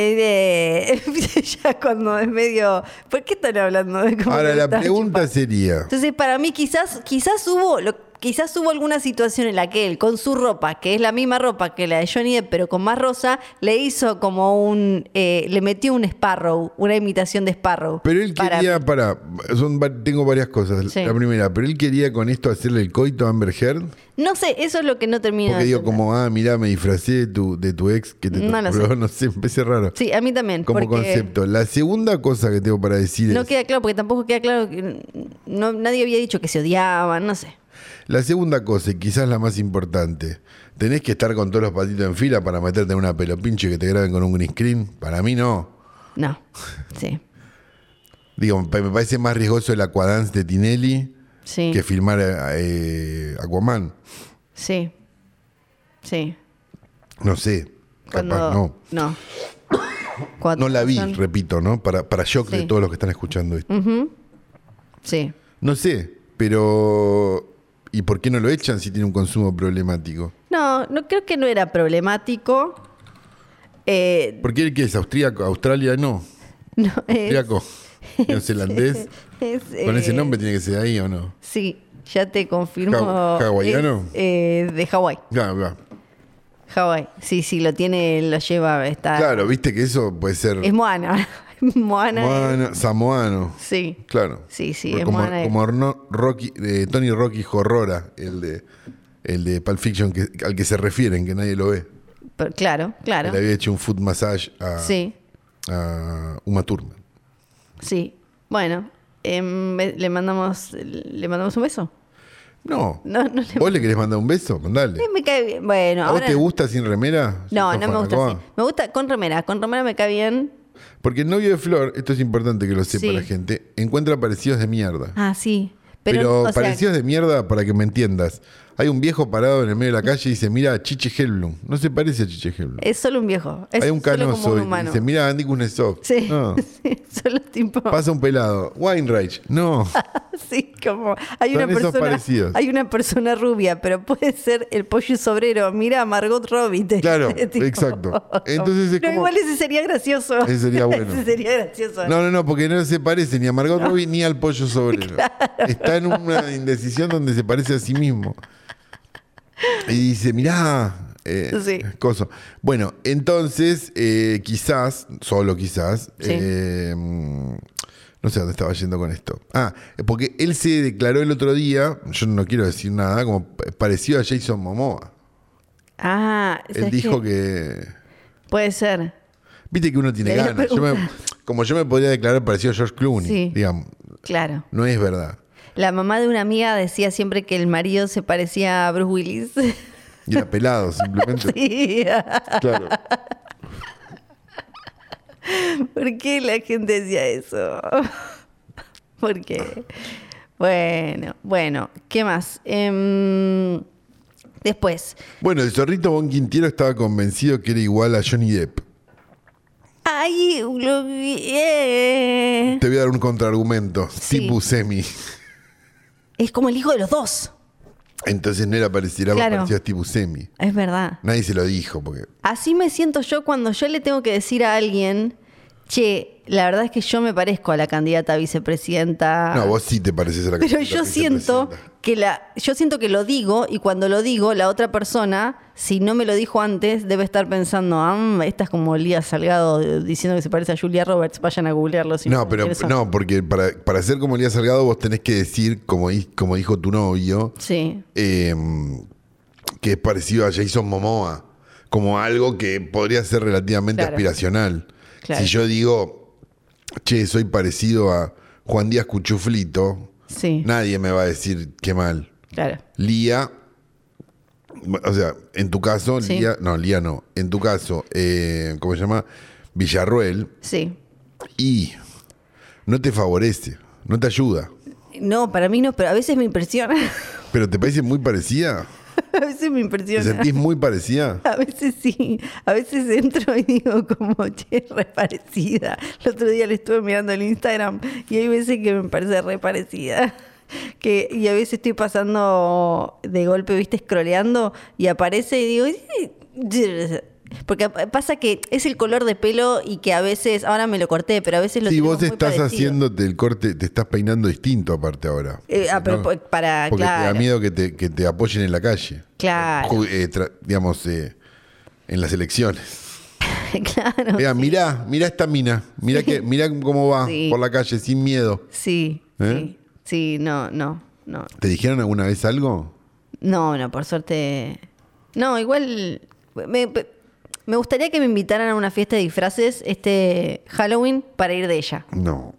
eh, eh, [LAUGHS] ya cuando es medio. ¿Por qué están hablando de cómo Ahora le la gustaba pregunta sería. entonces, para mí, quizás, quizás hubo. lo- Quizás hubo alguna situación en la que él, con su ropa, que es la misma ropa que la de Johnny Depp, pero con más rosa, le hizo como un. eh, le metió un Sparrow, una imitación de Sparrow. Pero él Para- quería, para, son, va- tengo varias cosas. Sí. La primera, pero él quería con esto hacerle el coito a Amber Heard. No sé, eso es lo que no termino. Porque de digo, entender. como, ah, mirá, me disfracé de tu, de tu ex que te No lo torturó, sé. [LAUGHS] no sé, empecé raro. Sí, a mí también. como porque concepto. La segunda cosa que tengo para decir No es. queda claro, porque tampoco queda claro. que no, nadie había dicho que se odiaban, no sé. La segunda cosa, y quizás la más importante, tenés que estar con todos los patitos en fila para meterte en una pelopinche que te graben con un green screen. Para mí no. No. Sí. Digo, me pa- me parece más riesgoso el Aquadance de Tinelli Sí. que filmar eh, Aquaman. Sí. Sí. No sé. Capaz no. No. Cuando No la vi, son- repito, ¿no? Para, para shock de Sí. Mm. todos los que están escuchando esto. Sí. No sé, pero. ¿Y por qué no lo echan si tiene un consumo problemático? No, no creo que no era problemático. Eh, [LAUGHS] ¿Por qué el que es austríaco? Australia no. no, es- [LAUGHS] Austriaco. Neozelandés. es, Con ese eh, nombre tiene que ser ahí o no. Sí, ya te confirmo. Hawai- hawaiano. Es, eh, de Hawái. Claro, claro. Hawái. Sí, sí, lo tiene, lo lleva. Está, Claro, viste que eso puede ser Es Moana. [LAUGHS] Moana. es- Moana, samoano. sí. Claro. Sí, sí, Porque es como, Moana. como Arno- Rocky, eh, Tony Rocky Horrora, el de el de Pulp Fiction que- al que se refieren, que nadie lo ve. Pero- claro, claro. Le había hecho un foot massage a, Sí, a Uma Thurman. sí. Bueno, em, le mandamos le mandamos un beso. No. [LAUGHS] No, no [LAUGHS] le- ¿Vos le querés mandar un beso? Mandale. Eh, me cae bien. Bueno, ¿A vos ahora. te gusta sin remera? No, ¿Sos no me gusta así. fanacoa? Me gusta con remera. Con remera me cae bien. Porque el novio de Flor, esto es importante que lo sepa Sí. la gente, encuentra parecidos de mierda. Ah, sí. [LAUGHS] Pero, Pero, o sea, parecidos de mierda, para que me entiendas. Hay un viejo parado en el medio de la calle y dice, mira a Chiche Helblum. No se parece a Chiche Helblum. es solo un viejo. Es Hay un solo como canoso un y humano. dice, mira Ah. Andy Kuznetsov. Sí, No. [LAUGHS] sí, solo tipo. Pasa un pelado. Weinreich. No. [LAUGHS] Sí, como hay Son una esos persona, parecidos. hay una persona rubia, pero puede ser el pollo sobrero. Mira, Margot Robbie. te Claro, dice, [LAUGHS] tipo, exacto. Entonces no, es como- igual ese sería gracioso. Ese sería bueno. [LAUGHS] ese sería gracioso. No, no, no, porque no se parece ni a Margot Robbie ni al pollo [LAUGHS] sobrero. Está en una indecisión donde se parece a sí mismo. Y dice, mirá, eh, Sí. coso. Bueno, entonces, eh, quizás, solo quizás, Sí. eh, no sé a dónde estaba yendo con esto. Ah, porque él se declaró el otro día, yo no quiero decir nada, como parecido a Jason Momoa. Ah, Él ¿sabes dijo qué? que... puede ser. Viste que uno tiene Leí la ganas. Yo me- pregunta. como yo me podría declarar parecido a George Clooney, Sí. digamos. Claro. No es verdad. La mamá de una amiga decía siempre que el marido se parecía a Bruce Willis. [LAUGHS] Y era pelado, simplemente. sí. Claro. ¿Por qué la gente decía eso? [LAUGHS] ¿Por qué? Bueno, bueno, ¿qué más? Em, después. Bueno, el zorrito Bon Quintiero estaba convencido que era igual a Johnny Depp. Ay, lo vi- eh. Te voy a dar un contraargumento, Sí. tipo semi. Es como el hijo de los dos. Entonces no era parecido, era Claro. parecido a Steve Buscemi. Es verdad. Nadie se lo dijo porque. Así me siento yo cuando yo le tengo que decir a alguien, che, la verdad es que yo me parezco a la candidata a vicepresidenta. No, vos sí te pareces a la Ah. Pero la yo siento vicepresidenta. que la, yo siento que lo digo y cuando lo digo, la otra persona, si no me lo dijo antes, debe estar pensando, ah, esta es como Lía Salgado eh, diciendo que se parece a Julia Roberts, vayan a googlearlo. Si No, pero interesan. no, porque para, para ser como Elías Salgado vos tenés que decir, como, di- como dijo tu novio, Sí, eh, que es parecido a Jason Momoa, como algo que podría ser relativamente Claro. aspiracional. Claro. Si yo digo, che, soy parecido a Juan Díaz Cuchuflito, sí, nadie me va a decir qué mal. claro. Lía, o sea, en tu caso, Sí. Lía, no, Lía no, en tu caso, eh, ¿cómo se llama? Villarruel, Sí. y no te favorece, no te ayuda, No, para mí no, pero a veces me impresiona. [LAUGHS] pero te parece muy parecida, a veces me te impresiona. sentís muy parecida. [LAUGHS] A veces sí, a veces entro y digo como, che, re parecida. El otro día le estuve mirando el Instagram y hay veces que me parece re parecida. [LAUGHS] Que, y a veces estoy pasando de golpe, viste, scrolleando y aparece y digo... "Sí". Porque pa- pasa que es el color de pelo y que a veces, ahora me lo corté, pero a veces lo Si tenemos vos muy estás parecido. haciéndote el corte, te estás peinando distinto aparte ahora. Eh, ah, pero ¿no? po- para, Porque te da claro, miedo que te, que te apoyen en la calle. Claro. Ju- eh, tra- digamos, eh, en [LAUGHS] las elecciones. claro, Mira, mirá, mirá esta mina. Mirá, que, mirá cómo va Sí. por la calle sin miedo. sí, ¿Eh? sí, sí, no, no, no, ¿Te dijeron alguna vez algo? No, no, por suerte. No, igual. Me, me gustaría que me invitaran a una fiesta de disfraces este Halloween para ir de ella. [LAUGHS] No.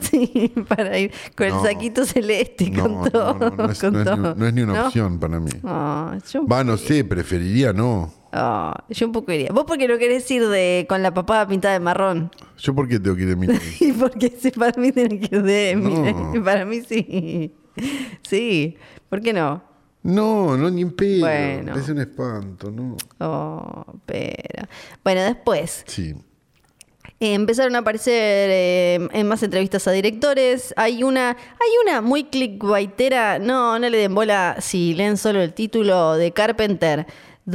sí, para ir con No. el saquito celeste, No, con todo. no, no, no es, con no es ni- todo. no es ni una ¿No? opción para mí. Ah, yo, Va, no sé, preferiría no. ah, yo un poco iría. Vos porque no querés ir de, con la papada pintada de marrón. [LAUGHS] ¿Yo por qué tengo que ir a mi Y porque sí, para mí tienen que ir de mira, No. Para mí sí. Sí, ¿por qué no? No, no, ni en pedo. Bueno. Es un espanto, ¿no? Oh, pero. Bueno, después. Sí. Eh, empezaron a aparecer eh, en más entrevistas a directores. Hay una, hay una muy clickbaitera, no, no le den bola si leen solo el título de Carpenter,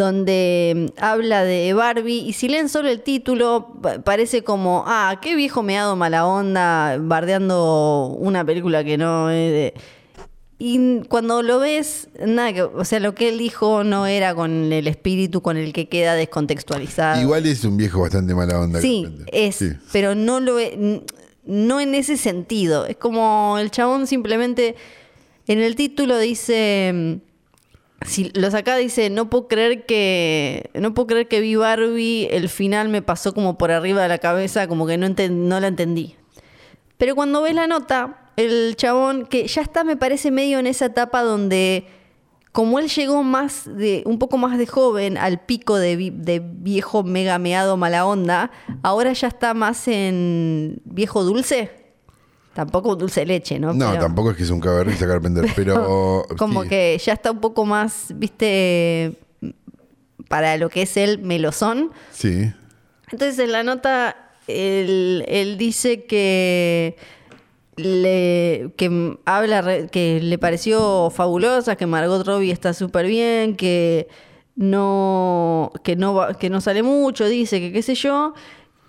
donde mm, habla de Barbie. Y si leen solo el título, pa- parece como, ah, qué viejo meado mala onda, bardeando una película que no es de- y cuando lo ves, nada que, o sea, lo que él dijo no era con el espíritu con el que queda descontextualizado. Igual es un viejo bastante mala onda. Ah. Sí, claramente. es, Sí. pero no lo e- n- no en ese sentido. Es como el chabón simplemente en el título dice mm, si lo saca dice, "No puedo creer que no puedo creer que vi Barbie, el final me pasó como por arriba de la cabeza, como que no enten- no la entendí." Pero cuando ves la nota, el chabón que ya está me parece medio en esa etapa donde como él llegó más de un poco más de joven al pico de, vi- de viejo mega meado mala onda, ahora ya está más en viejo dulce. Tampoco dulce de leche, ¿no? No, Pero tampoco es que es un cabernet [LAUGHS] Carpenter, pero. Como sí. que ya está un poco más, viste, para lo que es el melosón. Sí. Entonces en la nota él, él dice que le, que m- habla re- que le pareció fabulosa, que Margot Robbie está súper bien, que no que no va- que no sale mucho, dice que qué sé yo,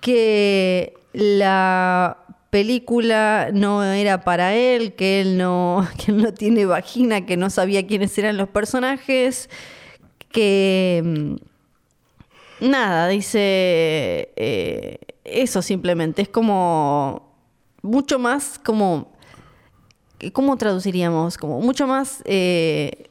que la película no era para él, que él no [LAUGHS] que él no tiene vagina, que no sabía quiénes eran los personajes, que mm, Nada, dice eh, eso simplemente. Es como mucho más como... ¿Cómo traduciríamos? Como mucho más eh,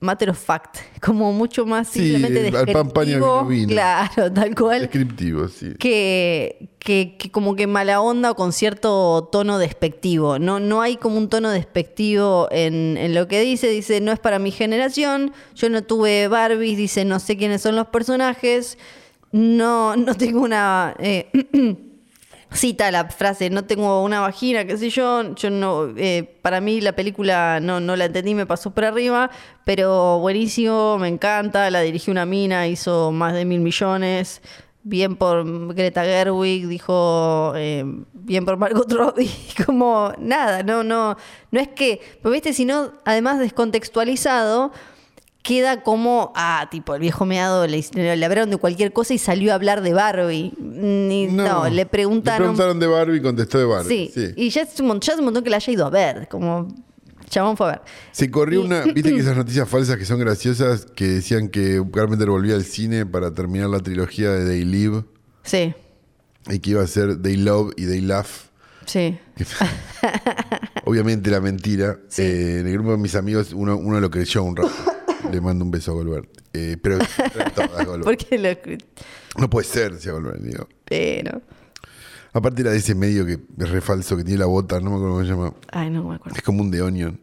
matter of fact. [LAUGHS] Como mucho más Sí, simplemente al pan, pan y al descriptivo. vino, vino. Claro, tal cual. Descriptivo, sí. Que, que- que como que mala onda o con cierto tono despectivo. No, no hay como un tono despectivo en, en lo que dice. Dice, no es para mi generación, yo no tuve Barbies, dice, no sé quiénes son los personajes, no, no tengo una... eh, Cita la frase, no tengo una vagina, qué sé yo, yo no, eh, para mí la película no, no la entendí, me pasó por arriba, pero buenísimo, me encanta, la dirigió una mina, hizo más de mil millones, bien por Greta Gerwig, dijo, eh, bien por Margot [LAUGHS] Robbie, como nada, no, no, no es que, pero viste, sino además descontextualizado, queda como, ah, tipo, el viejo meado le, le hablaron de cualquier cosa y salió a hablar de Barbie. Ni- no, le preguntaron. de Barbie y contestó de Barbie. sí, Sí. y ya es, un, mon- ya es un montón que la haya ido a ver, como chabón fue a ver. Se corrió [LAUGHS] una. Viste que esas noticias falsas que son graciosas que decían que Carpenter volvía al cine para terminar la trilogía de They Live Sí, y que iba a ser They Love y They Laugh. sí. [LAUGHS] Obviamente la mentira. Eh, en el grupo de mis amigos, uno, uno lo creyó un rato. Le mando un beso a Golbert. Eh, pero todas, Golbert. Porque lo escri- no puede ser, decía Golbert. Digo. Pero. Aparte era de ese medio que es re falso, que tiene la bota, no me acuerdo cómo se llama. Ay, no me acuerdo. Es como un de Onion.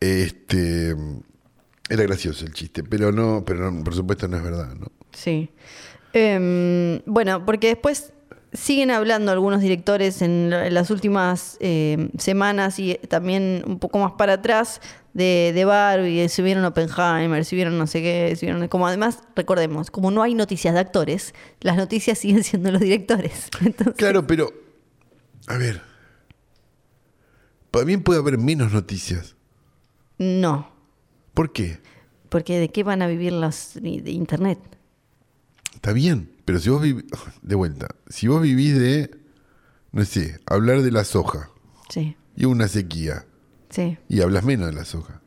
Este. Era gracioso el chiste, pero no, pero no, por supuesto no es verdad, ¿no? Sí. Em, bueno, porque después siguen hablando algunos directores en, la- en las últimas eh, semanas y también un poco más para atrás de, de Barbie, subieron Oppenheimer, subieron no sé qué, subieron... Como además, recordemos, como no hay noticias de actores, las noticias [LAUGHS] siguen siendo los directores. Entonces, Claro, pero. A ver. También puede haber menos noticias. no, ¿Por qué? porque ¿de qué van a vivir los ni- de Internet? Está bien, pero si vos vivís. [LAUGHS] De vuelta. Si vos vivís de. No sé, hablar de la soja Sí, y una sequía. sí, Y hablas menos de la soja.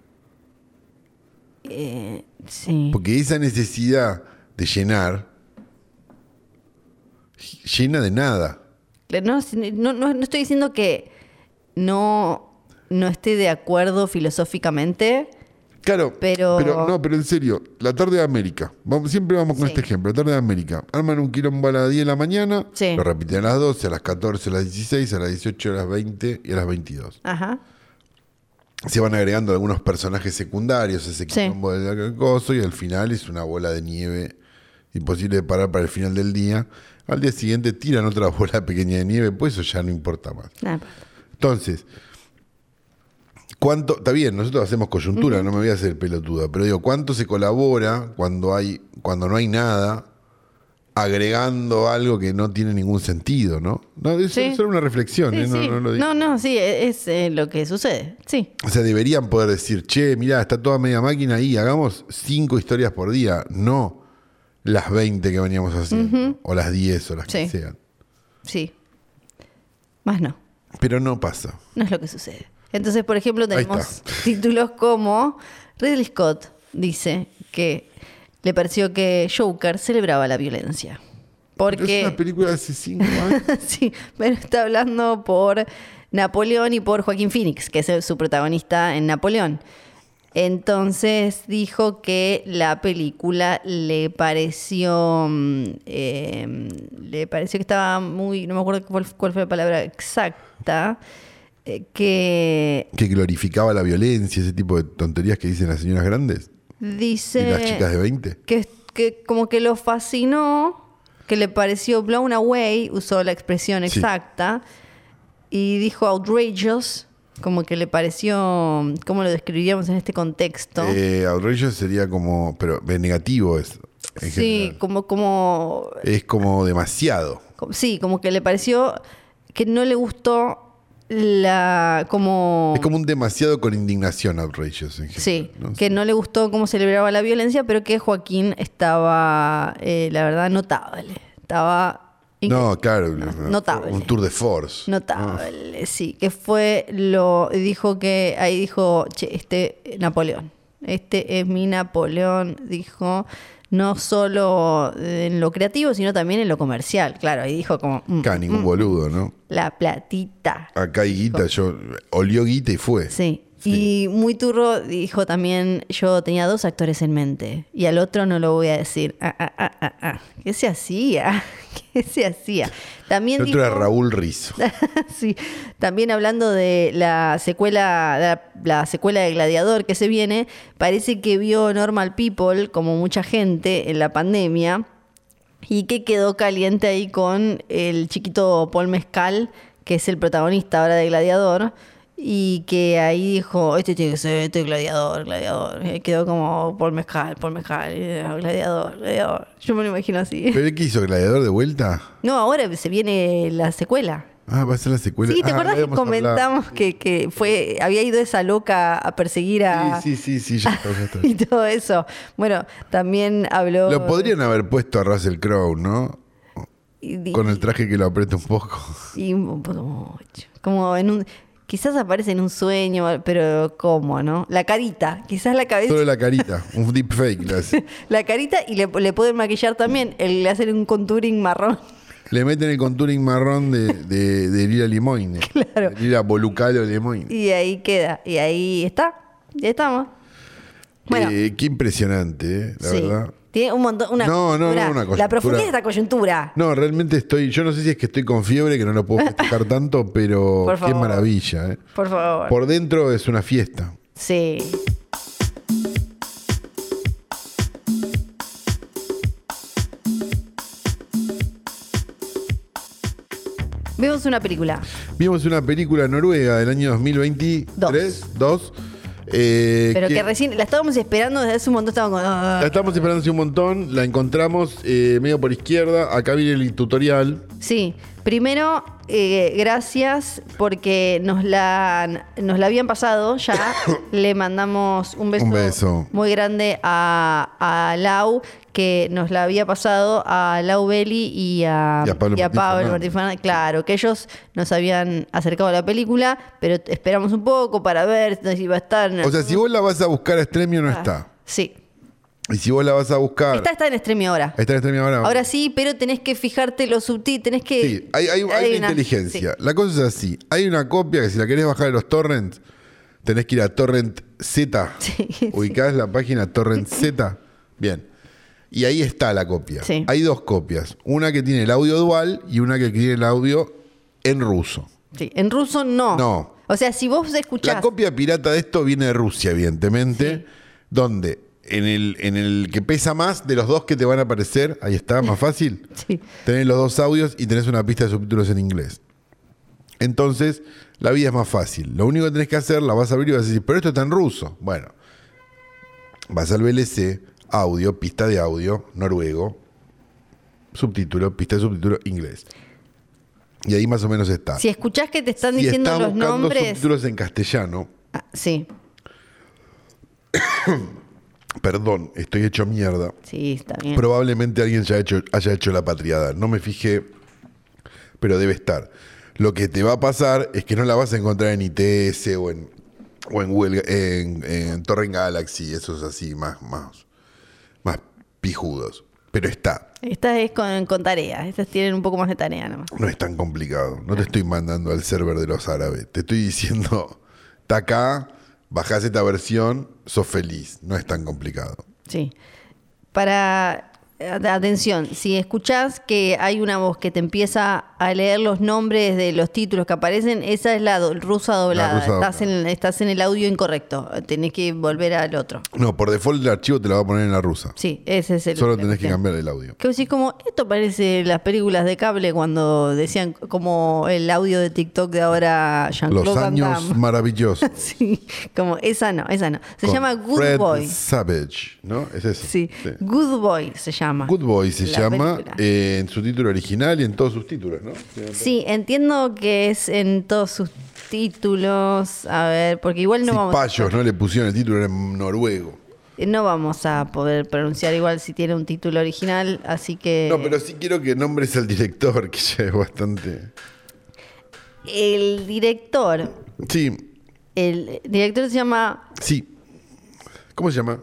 eh, sí. Porque esa necesidad de llenar. Llena de nada. No, no, no- no estoy diciendo que no, no esté de acuerdo filosóficamente. Claro, Pero- pero... no, pero en serio, la tarde de América. Vamos, siempre vamos con Sí. este ejemplo, la tarde de América. Arman un quilombo a las 10 de la mañana, Sí. lo repiten a las 12, a las 14, a las 16, a las 18, a las 20 y a las 22. Ajá. Se van agregando algunos personajes secundarios a ese quilombo del coso y al final es una bola de nieve imposible de parar para el final del día. Al día siguiente tiran otra [LAUGHS] bola pequeña de nieve, pues eso ya no importa más. Nada. Entonces, ¿cuánto? Está bien, nosotros hacemos coyuntura, no me voy a hacer pelotuda, pero digo, ¿cuánto se colabora cuando hay, cuando no hay nada agregando algo que no tiene ningún sentido, ¿no? No, es Sí. es solo una reflexión, Sí, ¿eh? no, sí. no lo digo. no, no, sí, es, es, eh, lo que sucede. Sí. O sea, deberían poder decir, che, mirá, está toda media máquina ahí, hagamos cinco historias por día, no las 20 que veníamos haciendo, o las 10 o las que Sí. sean. Sí. Más no. Pero no pasa. No es lo que sucede. Entonces, por ejemplo, Ahí tenemos está. [LAUGHS] títulos como Ridley Scott dice que le pareció que Joker celebraba la violencia. Es una Porque película de hace cinco [LAUGHS] años. sí, pero está hablando por Napoleón y por Joaquín Phoenix, que es el- su protagonista en Napoleón. Entonces dijo que la película le pareció. mm, eh, le pareció que estaba muy. No me acuerdo cuál, cuál fue la palabra exacta. eh, que que glorificaba la violencia, ese tipo de tonterías que dicen las señoras grandes dice. y las chicas de 20. que, que como que lo fascinó, que le pareció blown away, usó la expresión Sí. exacta, y dijo outrageous, como que le pareció, ¿cómo lo describiríamos en este contexto? Eh, outrageous sería como, pero eh, negativo es. sí, en general. como, como, Es como demasiado. co- sí, como que le pareció que no le gustó la, como... Es como un demasiado con indignación outrageous en general, Oh. Sí, ¿no? que no le gustó cómo celebraba la violencia, pero que Joaquín estaba, eh, la verdad, notable. Estaba No, claro. Notable. Un tour de force. Notable, sí. Que fue lo. Dijo que. Ahí dijo. Che, este Napoleón. Este es mi Napoleón. Dijo. No solo en lo creativo, sino también en lo comercial. Claro, ahí dijo como. mm, Acá ningún boludo, ¿no? la platita. Acá hay guita, yo olió guita y fue. Sí. Y muy turro dijo también, yo tenía dos actores en mente y al otro no lo voy a decir. Ah, ah, ah, ah, ah. ¿Qué se hacía? [LAUGHS] ¿Qué se hacía? También El otro era dijo- Raúl Rizo. [LAUGHS] sí, también hablando de la secuela, la, la secuela de Gladiador que se viene, parece que vio Normal People, como mucha gente, en la pandemia, y que quedó caliente ahí con el chiquito Paul Mezcal, que es el protagonista ahora de Gladiador. Y que ahí dijo, este tiene que ser, este es gladiador, gladiador. Y quedó como Paul Mezcal, Paul Mezcal, eh, gladiador, gladiador. Yo me lo imagino así. ¿Pero él qué hizo? ¿Gladiador de vuelta? No, ahora se viene la secuela. Ah, va a ser la secuela. Sí, ¿te Ah, acuerdas que habíamos hablado. comentamos que, que fue, había ido esa loca a perseguir a Sí, sí, sí, sí, ya está, ya está. [LAUGHS] y todo eso? Bueno, también habló Lo podrían haber puesto a Russell Crowe, ¿no? y- y- Con el traje que lo aprieta un poco. y un poco mucho. Como en un quizás aparece en un sueño, pero cómo, ¿no? La carita, quizás la cabeza, Solo la carita, un deepfake. le hace. [LAUGHS] la carita y le, le pueden maquillar también, el, le hacen un contouring marrón. [LAUGHS] Le meten el contouring marrón de, de, de Lila Limoine. [LAUGHS] Claro. De Lila Bolucalo Limoine. Y ahí queda, y ahí está. Ya estamos. Bueno, Eh, qué impresionante, eh, la sí. verdad. Tiene un montón una No, no, no, coyuntura. una La coyuntura. profundidad de esta coyuntura. No, realmente estoy. Yo no sé si es que estoy con fiebre, que no lo puedo [LAUGHS] festejar tanto, pero Por qué favor. maravilla. eh. Por favor. Por dentro es una fiesta. Sí. Vemos una película. Vimos una película noruega del año 2023, 2. Pero que recién la estábamos esperando desde hace un montón. Estábamos "Ah, con. eh, La estamos esperando hace un montón, la encontramos eh, medio por izquierda, acá viene el tutorial. Sí, primero, eh, gracias porque nos la, nos la habían pasado [COUGHS] ya. Le mandamos un beso, Un beso. muy grande a, a Lau, que nos la había pasado, a Lau Belli y a, Y a Pablo Martín Fernández. Martín Fernández. Claro, que ellos nos habían acercado a la película, pero esperamos un poco para ver si iba a estar. O sea, si vos la vas a buscar a Stremio no está. Sí. Y si vos la vas a buscar... Ah. Está, Está, está en streaming ahora. en Stremio ahora. Ahora sí, pero tenés que fijarte los subtítulos, tenés que... Sí, hay, hay- hay una inteligencia. La cosa es así, hay una copia que si la querés bajar de los torrents, tenés que ir a torrent Z. Sí, sí. Ubicás la página torrent Z. Bien. Y ahí está la copia. Sí. Hay dos copias, una que tiene el audio dual y una que tiene el audio en ruso. Sí, en ruso no. No. O sea, si vos La escuchás. copia pirata de esto viene de Rusia, evidentemente, donde en el, en el que pesa más de los dos que te van a aparecer, ahí está, más fácil, Sí. tenés los dos audios y tenés una pista de subtítulos en inglés. Entonces, la vida es más fácil. Lo único que tenés que hacer, la vas a abrir y vas a decir, pero esto está en ruso. Bueno, vas al VLC, audio, pista de audio, noruego, subtítulo, pista de subtítulo inglés. Y ahí más o menos está. Si escuchás que te están y diciendo está los buscando nombres. subtítulos en castellano. Ah, sí, Perdón, estoy hecho mierda. sí, está bien. Probablemente alguien ya hecho, haya hecho la patriada. No me fijé, pero debe estar. Lo que te va a pasar es que no la vas a encontrar en ITS o en, o en, Google- en, en Torrent Galaxy, esos así, más, más, más pijudos. Pero está. Esta es con, con tarea. Estas tienen un poco más de tarea nomás. No es tan complicado. No te estoy mandando al server de los árabes. Te estoy diciendo, [LAUGHS] está acá, bajás esta versión, sos feliz. No es tan complicado. Sí. Para. Atención, si escuchás que hay una voz que te empieza a leer los nombres de los títulos que aparecen, esa es la do- rusa doblada. rusa estás, En, estás en el audio incorrecto. Tenés que volver al otro. No, por default el archivo te lo va a poner en la rusa. Sí, ese es el. Solo tenés que el- cambiar el audio. Que vos decís como, esto parece las películas de cable cuando decían como el audio de TikTok de ahora Jean-Claude Los Ah, Van años Damme. [LAUGHS] maravillosos. Sí, como esa no, esa no. Se Con llama Good Fred Boy. Savage, ¿no? Es eso. Sí, Sí. Good Boy se llama. Good Boy se La llama película. eh, en su título original y en todos sus títulos, ¿no? Sí, entiendo que es en todos sus títulos. A ver, porque igual no Si vamos, payos, ¿no? Le pusieron el título en noruego. no vamos a poder pronunciar igual si tiene un título original, así que No, pero sí quiero que nombres al director, que ya es bastante. el director, Sí, el director se llama sí. ¿Cómo se llama?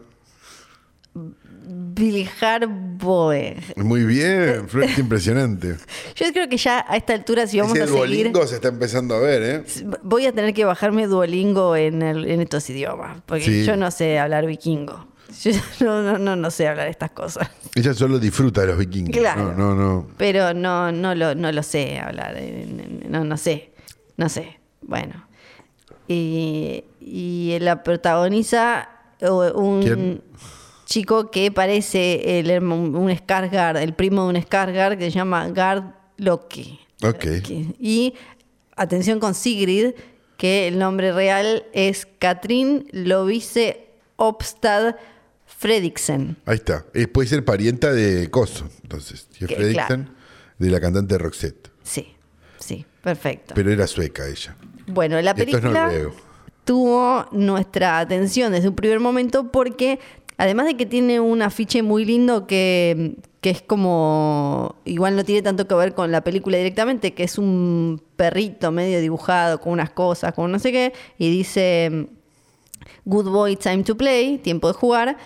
Bilhar Boe. Muy bien, Flor, [LAUGHS] impresionante. Yo creo que ya a esta altura si vamos Ese a seguir Duolingo se está empezando a ver, ¿eh? voy a tener que bajarme Duolingo en, el- en estos idiomas, porque Sí. yo no sé hablar vikingo. Yo [LAUGHS] no, no, no, no sé hablar estas cosas. Ella solo disfruta de los vikingos. Claro. No, no, no. Pero no, no, lo, no lo sé hablar. eh, n- n- No, no sé. No sé. Bueno. Y, y la protagoniza o- un ¿Quién? chico que parece el, hermo- un Skargard, el primo de un Skargard que se llama Gard Loki. Ok. Que- Y atención con Sigrid, que el nombre real es Katrin Lovise Opstad Fredriksen. Ahí está. Eh, puede ser parienta de Coso, entonces. Jeff Que- Fredrickson, de la cantante Roxette. Sí, sí, perfecto. Pero era sueca ella. Bueno, la Esto es película noruego. tuvo nuestra atención desde un primer momento porque además de que tiene un afiche muy lindo que, que es como, igual no tiene tanto que ver con la película directamente, que es un perrito medio dibujado con unas cosas, con no sé qué, y dice Good Boy Time to Play, tiempo de jugar.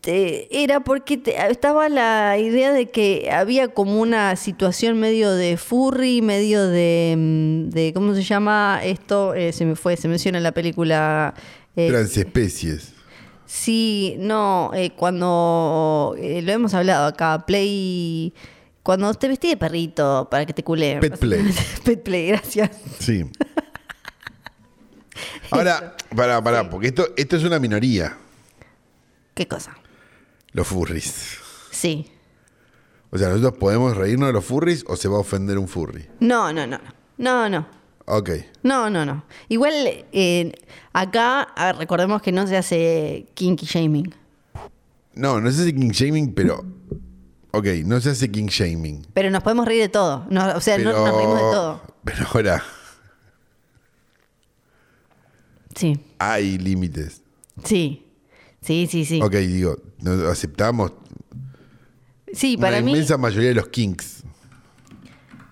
te- era porque te- estaba la idea de que había como una situación medio de furry, medio de, mm, de- ¿cómo se llama esto? Eh, se me fue, se menciona en la película. eh, Transespecies. sí, no, eh, cuando eh, lo hemos hablado acá, play, cuando te vestí de perrito para que te culé. Pet play. [LAUGHS] Pet play, gracias. Sí. [LAUGHS] Ahora, pará, pará, porque esto, esto es una minoría, ¿Qué cosa? los furries. Sí. O sea, nosotros podemos reírnos de los furries o se va a ofender un furry. No, no, no, no, no, no. Ok. No, no, no. Igual eh, acá ah, recordemos que no se hace kinky shaming, No, no se hace king shaming, pero. Ok, no se hace king shaming. pero nos podemos reír de todo. No, o sea, no- Pero. nos reímos de todo. [LAUGHS] Pero ahora, Sí, hay límites. sí, sí, sí, sí. Ok, digo, no- aceptamos Sí, la para mí, inmensa mayoría de los kinks.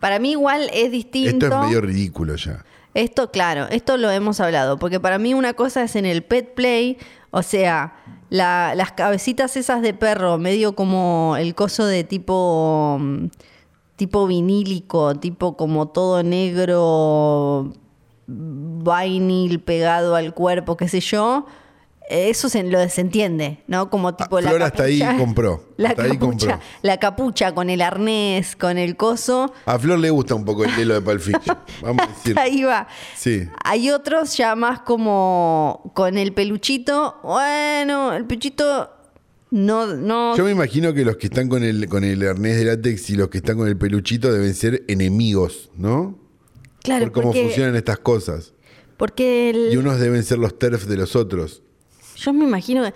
para mí igual es distinto. Esto es medio ridículo ya. Esto, claro, esto lo hemos hablado, porque para mí una cosa es en el pet play, o sea, la- las cabecitas esas de perro, medio como el coso de tipo, mm, tipo vinílico, tipo como todo negro, vinil pegado al cuerpo, qué sé yo. Eso se lo desentiende, ¿no? Como tipo Ah, la Flor hasta ahí capucha- compró, [LAUGHS] La hasta ahí capucha, compró. la capucha con el arnés, con el coso. A Flor le gusta un poco el hilo de [LAUGHS] Pulp Fiction, Vamos a decir. Ahí va. Sí. Hay otros ya más como con el peluchito. Bueno, el peluchito no, no. Yo me imagino que los que están con el, con el arnés de látex y los que están con el peluchito deben ser enemigos, ¿no? claro, Por cómo porque, funcionan estas cosas. porque el- Y unos deben ser los TERF de los otros. yo me imagino que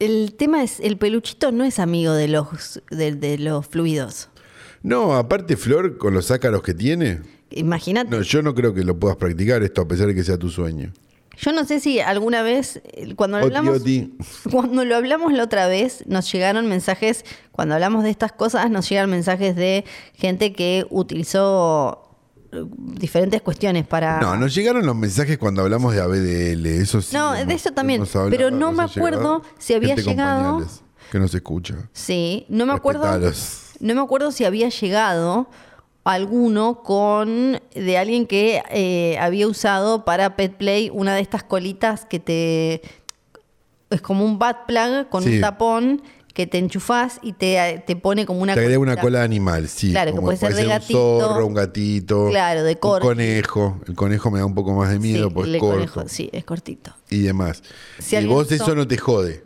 el tema es, el peluchito no es amigo de los, de, de los fluidos. No, aparte Flor, con los ácaros que tiene, Imagínate. no, yo no creo que lo puedas practicar esto a pesar de que sea tu sueño. Yo no sé si alguna vez, eh, cuando lo Oti, hablamos, oti. [LAUGHS] cuando lo hablamos la otra vez, nos llegaron mensajes, cuando hablamos de estas cosas, nos llegan mensajes de gente que utilizó eh, diferentes cuestiones para... No, nos llegaron los mensajes cuando hablamos de ABDL, eso sí. No, hemos- de eso también, hemos hablado, pero no nos me ha llegado acuerdo si había gente con llegado- pañales Que nos escucha. Sí, no me acuerdo. Respetalos. No me acuerdo si había llegado alguno con de alguien que eh, había usado para pet play una de estas colitas que te es como un bat plug con Sí. un tapón que te enchufás y te, te pone como una Te agrega una colita. cola de animal, sí. Claro, que como puede ser de gatito. un zorro, un gatito. Claro, de corgi. Un conejo. El conejo me da un poco más de Sí, miedo porque el es corto conejo, sí, es cortito. y demás. Si y alguien vos usó- eso no te jode.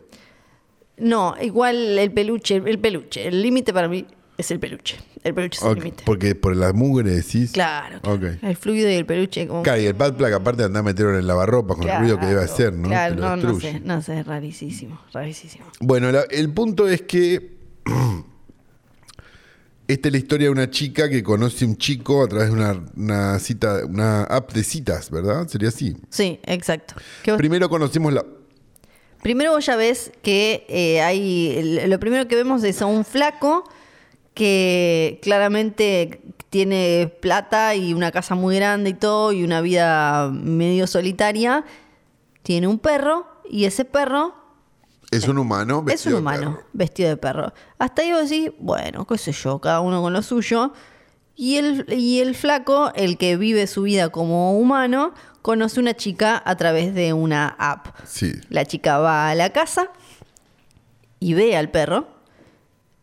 No, igual el peluche, el peluche, el límite para mí es el peluche. El peluche es Ok, el límite. porque por la mugre decís. Claro, claro. Ok. El fluido y el peluche como Claro, y el pad placa aparte anda a meterlo en el lavarropa con el ruido que debe Claro, hacer, ¿no? Claro, Te lo no, no destruye. sé, no sé, es rarísimo, rarísimo. Bueno, la- el punto es que [CLEARS THROAT] esta es la historia de una chica que conoce a un chico a través de una, una cita, una app de citas, ¿verdad? Sería así. Sí, exacto. Que vos- Primero conocemos la. primero vos ya ves que eh, hay, el- lo primero que vemos es a un flaco que claramente tiene plata y una casa muy grande y todo y una vida medio solitaria. Tiene un perro y ese perro Es un humano. es un vestido de humano perro. vestido de perro. Hasta ahí vos decís, bueno, qué sé yo, cada uno con lo suyo. Y el, y el flaco, el que vive su vida como humano, conoce una chica a través de una app. Sí. La chica va a la casa y ve al perro.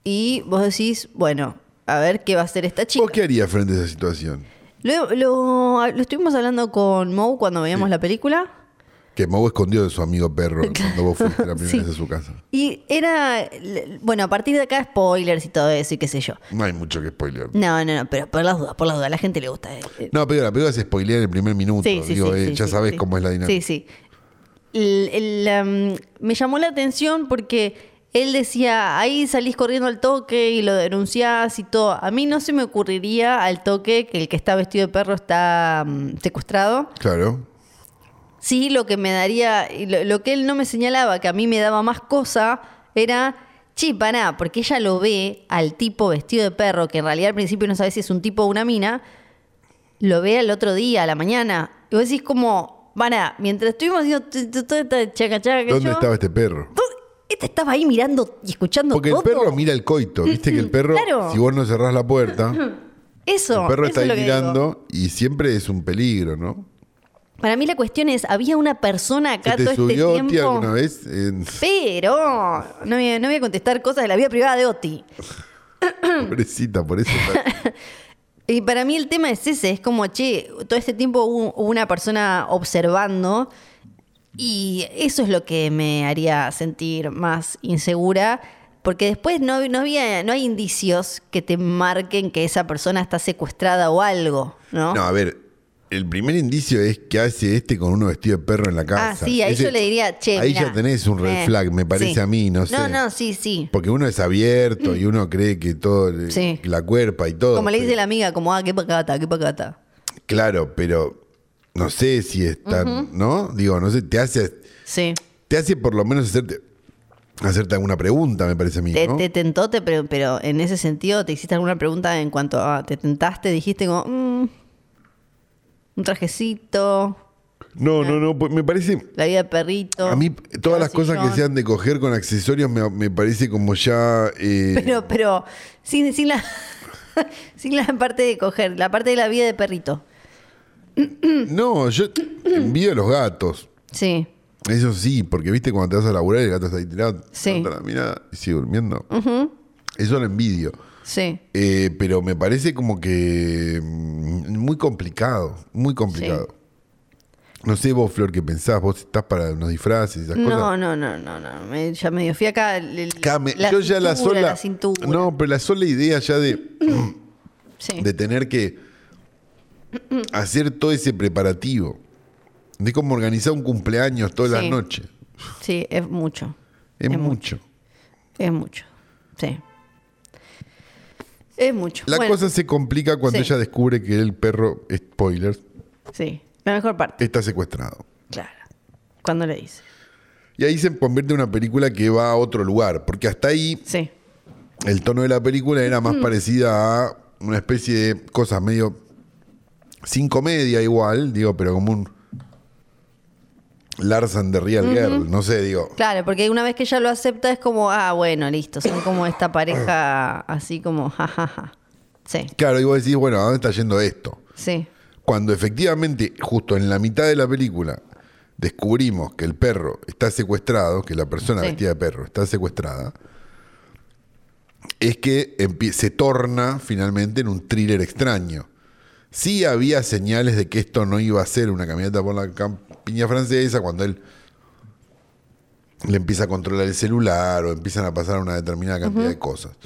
Y vos decís, bueno, a ver qué va a hacer esta chica. ¿Vos qué harías frente a esa situación? Lo, lo- lo estuvimos hablando con Mo cuando veíamos Sí. la película. Que Moe escondió de su [LAUGHS] amigo perro cuando vos fuiste la primera Sí. vez a su casa. Y era, bueno, a partir de acá spoilers y todo eso y qué sé yo. No hay mucho que spoiler. No, no, no, pero por las dudas, por las dudas, a la gente le gusta. eh. No, pero la película se spoilea en el primer minuto. Sí, sí, Digo, sí, eh, sí, ya sí, sabes sí. cómo es la dinámica. Sí, sí. El- el, am, me llamó la atención porque él decía, ahí salís corriendo al toque y lo denunciás y todo. A mí no se me ocurriría al toque que el que está vestido de perro está am, secuestrado. Claro. Sí, lo que me daría, y lo, lo que él no me señalaba, que a mí me daba más cosa, era, chi, pará, porque ella lo ve al tipo vestido de perro, que en realidad al principio no sabe si es un tipo o una mina, lo ve al otro día, a la mañana. Y vos decís como, pará, mientras estuvimos haciendo t- t- toda esta chaca chaca que ¿Dónde yo, estaba este perro? tú- este estaba ahí mirando y escuchando Porque todo. el perro mira el coito. Viste [LAUGHS] que el perro, Claro. si vos no cerrás [LAUGHS] la puerta, el Eso, perro eso está es lo ahí que digo. mirando y siempre es un peligro, ¿no? Para mí la cuestión es, había una persona acá ¿Se todo te subió este Oti tiempo. alguna [LAUGHS] vez? En- Pero no voy, a, no voy a contestar cosas de la vida privada de Oti. Pobrecita, por eso. está- Y para mí el tema es ese, es como, che, todo este tiempo hubo hubo una persona observando y eso es lo que me haría sentir más insegura, porque después no, no, había, no hay indicios que te marquen que esa persona está secuestrada o algo, ¿no? No, a ver, el primer indicio es que hace este con uno vestido de perro en la casa. ah, sí, a Ese- eso le diría, che. Ahí mirá, ya tenés un red eh, flag, me parece sí. a mí, no sé. No, no, sí, sí. Porque uno es abierto y uno cree que todo, le- Sí. la cuerpa y todo. Como le pero- dice la amiga, como, ah, qué pacata, qué pacata. Claro, pero no sé si es tan, ¿no? Digo, no sé, te hace, Sí. te hace por lo menos hacerte, hacerte alguna pregunta, me parece a mí, Te, ¿no? te tentó, te pre- pero en ese sentido, ¿te hiciste alguna pregunta en cuanto a te tentaste? Dijiste como, "Mm, un trajecito, No, no, no, pues me parece... la vida de perrito. A mí eh, todas las sillón. cosas que sean de coger con accesorios me, me parece como ya... eh, Pero, pero, sin, sin, la, [LAUGHS] sin la parte de coger, la parte de la vida de perrito. No, yo envío a los gatos. Sí. Eso sí, porque viste cuando te vas a laburar y el gato está ahí tirado, Sí. levanta la mirada y sigue durmiendo. Eso lo envidio. Sí. Eh, pero me parece como que mm, muy complicado, muy complicado. No sé vos, Flor, qué pensás, vos estás para los disfraces y esas No, cosas. no, no, no, no. me- ya medio fui acá. el- el- Acá me- yo ya cintura, la sola. la cintura. No, pero la sola idea ya de, Sí. de tener que hacer todo ese preparativo. De cómo organizar un cumpleaños todas las Sí. noches. sí, es mucho. Es Es mucho. Es mucho. Sí. Es mucho. La Bueno, cosa se complica cuando Sí. ella descubre que el perro, spoilers, Sí. La mejor parte. está secuestrado. Claro. Cuando le dice. Y ahí se convierte en una película que va a otro lugar, porque hasta ahí Sí. el tono de la película era más parecida a una especie de cosas medio sin comedia igual, digo, pero como un Larsan de Real Girl, no sé, digo. Claro, porque una vez que ella lo acepta es como, ah, bueno, listo. Son como esta pareja así como, jajaja. Sí. Claro, y vos decís, bueno, ¿a dónde está yendo esto? Sí. Cuando efectivamente, justo en la mitad de la película, descubrimos que el perro está secuestrado, que la persona Sí. vestida de perro está secuestrada, es que empie- se torna finalmente en un thriller extraño. Sí había señales de que esto no iba a ser una caminata por la campiña francesa cuando él le empieza a controlar el celular o empiezan a pasar una determinada cantidad de cosas.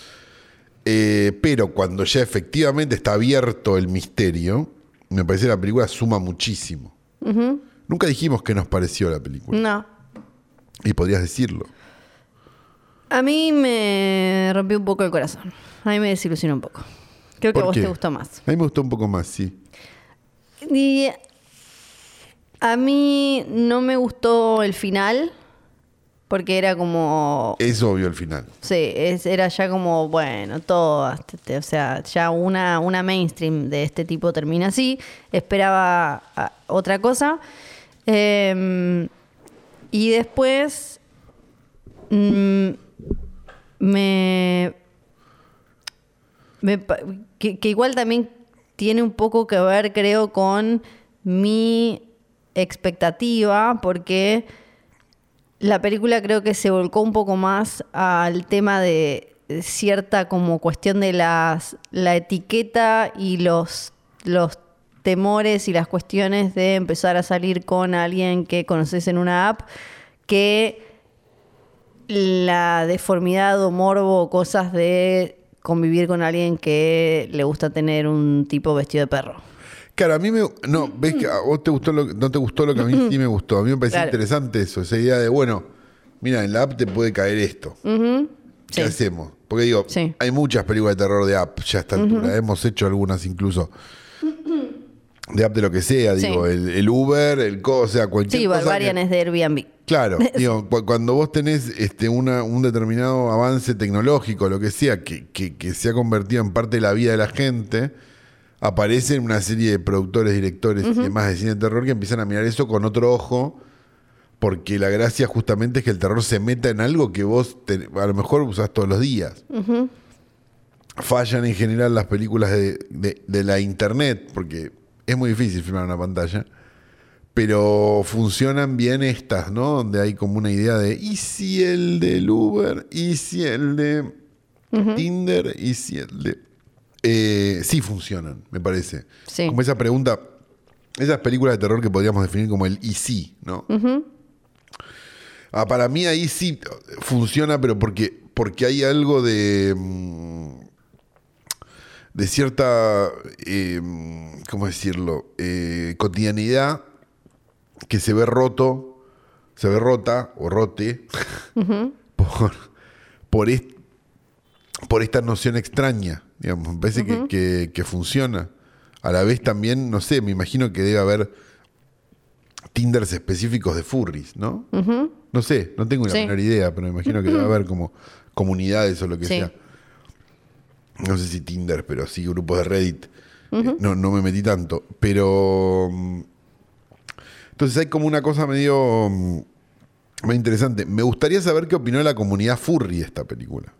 Eh, pero cuando ya efectivamente está abierto el misterio, me parece que la película suma muchísimo. Nunca dijimos qué nos pareció la película. No. Mm. Y podrías decirlo. A mí me rompió un poco el corazón. A mí me desilusionó un poco. Creo que a ¿Por vos qué? te gustó más. A mí me gustó un poco más, sí. Y a mí no me gustó el final porque era como Es obvio el final. Sí, es- era ya como, bueno, todas, te- te- o sea, ya una, una mainstream de este tipo termina así, esperaba ah, otra cosa. Em, y después mm, me, me pa- que, que igual también tiene un poco que ver, creo, con mi expectativa, porque la película creo que se volcó un poco más al tema de cierta como cuestión de las la etiqueta y los los temores y las cuestiones de empezar a salir con alguien que conoces en una app que la deformidad o morbo o cosas de convivir con alguien que le gusta tener un tipo vestido de perro. Claro, a mí me. No, ves que a vos te gustó lo, que- no te gustó lo que a mí sí me gustó. A mí me pareció Claro. interesante eso, esa idea de, bueno, mira, en la app te puede caer esto. ¿Qué Sí. hacemos? Porque digo, Sí. hay muchas películas de terror de app ya a esta altura. Hemos hecho algunas incluso. De app de lo que sea, Sí. digo, el, el Uber, el co, o sea, cualquier Sí, cosa. que- Barbarian es de Airbnb. Claro, digo, cu- cuando vos tenés este, una, un determinado avance tecnológico, lo que sea, que, que- que se ha convertido en parte de la vida de la gente, aparecen una serie de productores, directores y demás de cine de terror que empiezan a mirar eso con otro ojo, porque la gracia justamente es que el terror se meta en algo que vos te- a lo mejor usás todos los días. Fallan en general las películas de, de- de la internet, porque es muy difícil filmar una pantalla pero funcionan bien estas, ¿no? Donde hay como una idea de, ¿y si el del Uber? ¿Y si el de Tinder? ¿Y si el de... Eh, sí funcionan, me parece. Sí. Como esa pregunta, esas películas de terror que podríamos definir como el ¿y si? ¿No? Ah, para mí ahí sí funciona, pero porque, porque hay algo de... mm, de cierta, eh, ¿cómo decirlo?, Eh, cotidianidad que se ve roto, se ve rota o rote por, por, est- por esta noción extraña, digamos, me parece que- que, que funciona. A la vez también, no sé, me imagino que debe haber Tinders específicos de furries, ¿no? No sé, no tengo la Sí. menor idea, pero me imagino que debe haber [LAUGHS] como comunidades o lo que Sí. sea no sé si Tinder, pero sí grupos de Reddit. Eh, no, no me metí tanto. Pero. mm, Entonces hay como una cosa medio. mm, medio interesante. Me gustaría saber qué opinó la comunidad furry de esta película.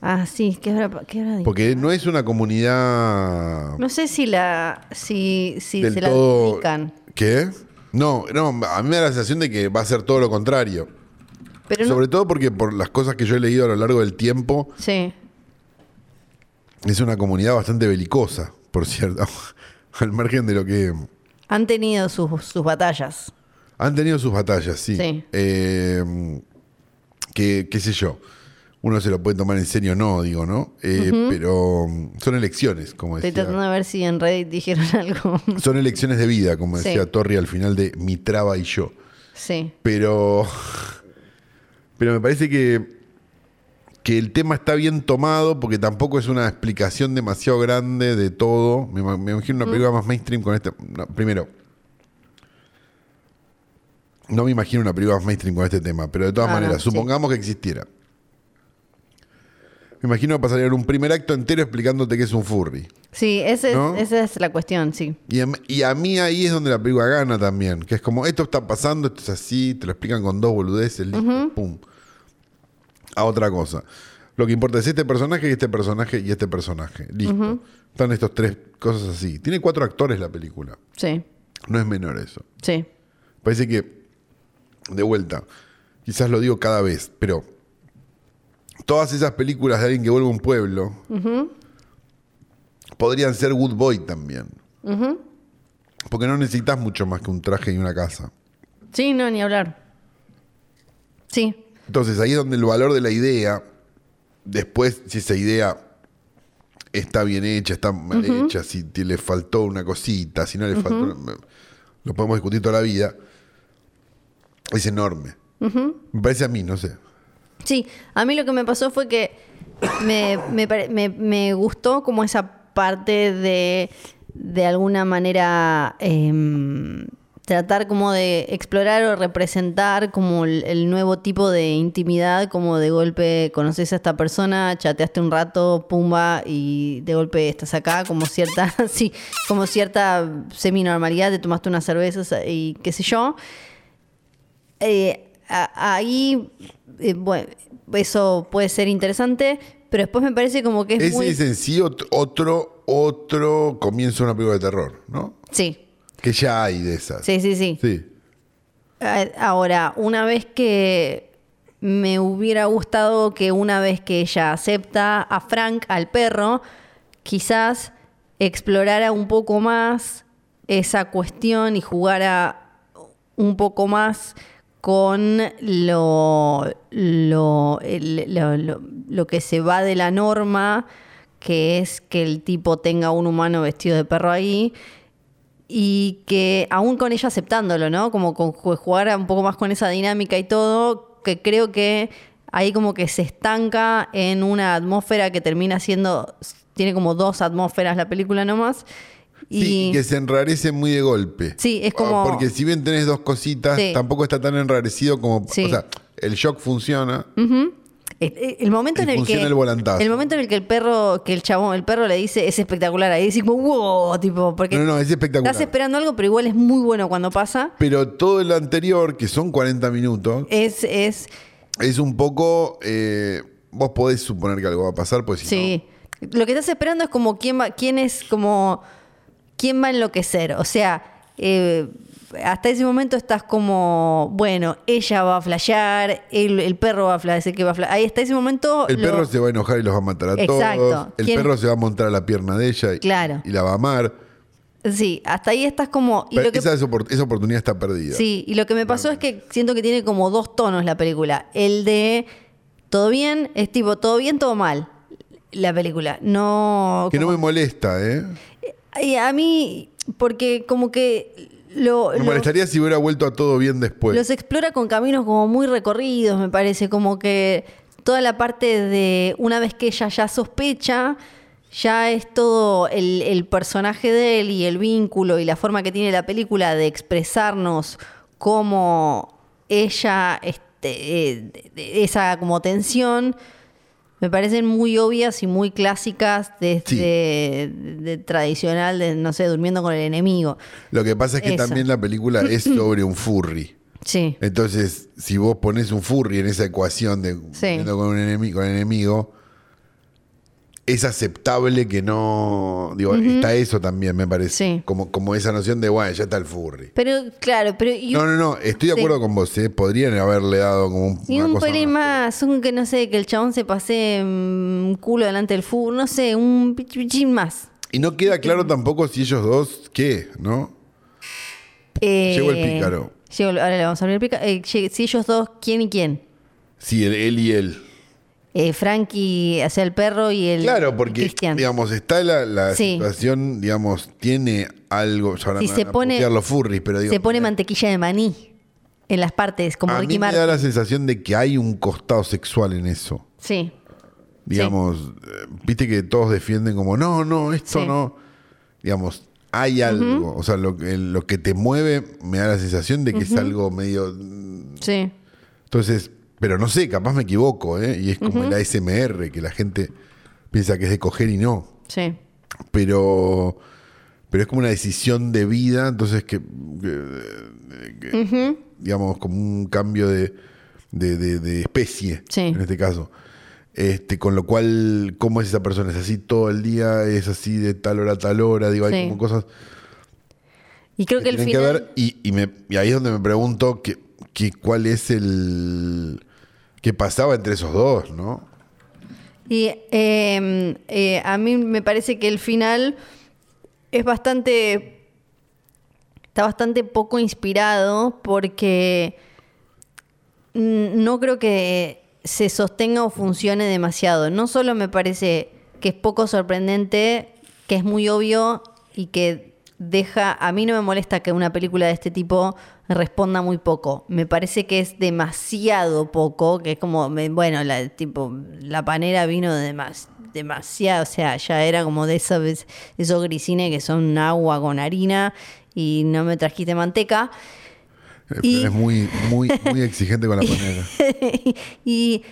Ah, sí, qué hora, qué hora de- Porque no es una comunidad. No sé si la si, si Ah. del se la todo. dedican. ¿Qué? No, no, a mí me da la sensación de que va a ser todo lo contrario. Pero no- Sobre todo porque por las cosas que yo he leído a lo largo del tiempo, sí, es una comunidad bastante belicosa, por cierto. [LAUGHS] Al margen de lo que. han tenido sus, sus batallas. Han tenido sus batallas, sí. Sí. Eh, que, qué sé yo. Uno se lo puede tomar en serio o no, digo, ¿no? Eh, Pero mm, son elecciones, como Estoy tratando decía. de ver si en Reddit dijeron [LAUGHS] algo. Son elecciones de vida, como Sí. decía Torri al final de Mi Traba y Yo. sí, Pero. Pero me parece que, que el tema está bien tomado porque tampoco es una explicación demasiado grande de todo. Me, ima- me imagino una película más mainstream con este. no, primero, no me imagino una película más mainstream con este tema, pero de todas Ah, no, maneras, sí. supongamos que existiera. Me imagino que pasaría un primer acto entero explicándote que es un furry. Sí, ese es- ¿No? esa es la cuestión, sí. Y a, m- y a mí ahí es donde la película gana también. Que es como, esto está pasando, esto es así, te lo explican con dos boludeces, listo, pum. A otra cosa. Lo que importa es este personaje, y este personaje y este personaje. Listo. Están estos tres cosas así. Tiene cuatro actores la película. Sí, No es menor eso. sí. Parece que, de vuelta, quizás lo digo cada vez, pero todas esas películas de alguien que vuelve a un pueblo podrían ser Good Boy también. Porque no necesitas mucho más que un traje y una casa. Sí, no, ni hablar. Sí, Entonces ahí es donde el valor de la idea, después si esa idea está bien hecha, está mal hecha, si te- le faltó una cosita, si no le faltó, lo podemos discutir toda la vida, es enorme. Me parece a mí, no sé. sí. A mí lo que me pasó fue que me, me pare- me- me gustó como esa parte de, de alguna manera, em, tratar como de explorar o representar como el, el nuevo tipo de intimidad, como de golpe conoces a esta persona, chateaste un rato, pumba, y de golpe estás acá, como cierta, [LAUGHS] sí, como cierta semi-normalidad, te tomaste unas cervezas y qué sé yo. Eh, a- ahí, eh, bueno, eso puede ser interesante, pero después me parece como que es Ese muy... es en sí ot- otro, otro comienzo de una película de terror, ¿no? Sí, Que ya hay de esas. sí, sí, sí. Sí. Eh, Ahora, una vez que me hubiera gustado que una vez que ella acepta a Frank, al perro, quizás explorara un poco más esa cuestión y jugara un poco más con lo, lo, el- lo- lo- lo que se va de la norma, que es que el tipo tenga un humano vestido de perro ahí, y que aún con ella aceptándolo, ¿no? Como con ju- jugar un poco más con esa dinámica y todo, que creo que ahí como que se estanca en una atmósfera que termina siendo, tiene como dos atmósferas la película nomás. Y, Sí, y que se enrarece muy de golpe. Sí, es Ah, como- Porque si bien tenés dos cositas, Sí. tampoco está tan enrarecido como. Sí. O sea, el shock funciona. El, el- Eh, el momento Y en el que funciona el volantazo. el momento en el que el perro que el chabón el perro le dice es espectacular ahí decimos wow tipo porque no, no, no, es espectacular. estás esperando algo pero igual es muy bueno cuando pasa Pero todo el anterior, que son 40 minutos, es es es un poco. eh, vos podés suponer que algo va a pasar, pues si sí lo que estás esperando es como quién va quién es como quién va a enloquecer o sea eh, hasta ese momento estás como bueno ella va a flashear el, el perro va a flashear que va a flashear ahí hasta ese momento no. El lo- perro se va a enojar y los va a matar a Exacto. todos. El ¿Quién- perro se va a montar a la pierna de ella y, Claro. y la va a amar. sí hasta ahí estás como y Pero lo que- esa, es opor- esa oportunidad está perdida. Sí, y lo que me pasó es que siento que tiene como dos tonos la película. El de todo bien, es tipo todo bien, todo mal. La película. No. Que no como- me molesta, ¿eh? Y a mí, porque como que lo. Me lo- molestaría si hubiera vuelto a todo bien después. los explora con caminos como muy recorridos, me parece, como que toda la parte de una vez que ella ya sospecha, ya es todo el, el personaje de él y el vínculo y la forma que tiene la película de expresarnos cómo ella, este, eh, de- de- esa como tensión, me parecen muy obvias y muy clásicas desde Sí. de- de tradicional, de, no sé, durmiendo con el enemigo. Lo que pasa es que Eso. también la película [CLEARS THROAT] es sobre un furry. Sí, Entonces, si vos pones un furry en esa ecuación de Sí. viendo con un enemigo, con el enemigo, es aceptable que no. Digo, está eso también, me parece. Sí. Como, como esa noción de, bueno, ya está el furry. pero claro, pero... y- No, no, no, estoy de Sí. acuerdo con vos, ¿eh? Podrían haberle dado como un. Y una un cosa pelín más, un que no sé, que el chabón se pase mm, culo delante del fútbol, no sé, un pich- pichín más. Y no queda claro tampoco si ellos dos, ¿qué? ¿No? Eh, Llegó el pícaro. llegó el- ahora le vamos a abrir el pícaro. Eh, llegue- si ellos dos, ¿quién y quién? Si el, él y él. Eh, Frankie, o sea, el perro y el Claro, porque, Cristian. digamos, está la, la Sí. situación, digamos, tiene algo. Ya ahora Si me se van a pone- putear los furries, pero digo, se pone mira, mantequilla de maní. en las partes, como a Ricky mí me Martin. da la sensación de que hay un costado sexual en eso. Sí, Digamos, eh, viste que todos defienden como, no, no, esto Sí. no. Digamos, hay algo. O sea, lo, que- lo que te mueve me da la sensación de que es algo medio. sí. Entonces, pero no sé, capaz me equivoco, ¿eh? Y es como el ASMR, que la gente piensa que es de coger y no. Sí. Pero. Pero es como una decisión de vida, entonces que. que- que- Digamos, como un cambio de, de- de- de especie, Sí. en este caso. Este, con lo cual, ¿cómo es esa persona? ¿Es así todo el día? ¿Es así de tal hora a tal hora? Digo, hay Sí. como cosas Y creo que el tienen final. ver, y, y me- y ahí es donde me pregunto que, que cuál es el. ¿Qué pasaba entre esos dos, no? Y eh, eh, a mí me parece que el final es bastante. Está bastante poco inspirado porque n- mm, no creo que se sostenga o funcione demasiado. No solo me parece que es poco sorprendente, que es muy obvio y que deja. A mí no me molesta que una película de este tipo responda muy poco. Me parece que es demasiado poco, que es como, me- bueno, la, tipo, la panera vino de más, demasiado, o sea, ya era como de esos, esos grisines que son agua con harina y no me trajiste manteca. Eh, Y- Es muy, muy, muy [LAUGHS] exigente con la panera. y,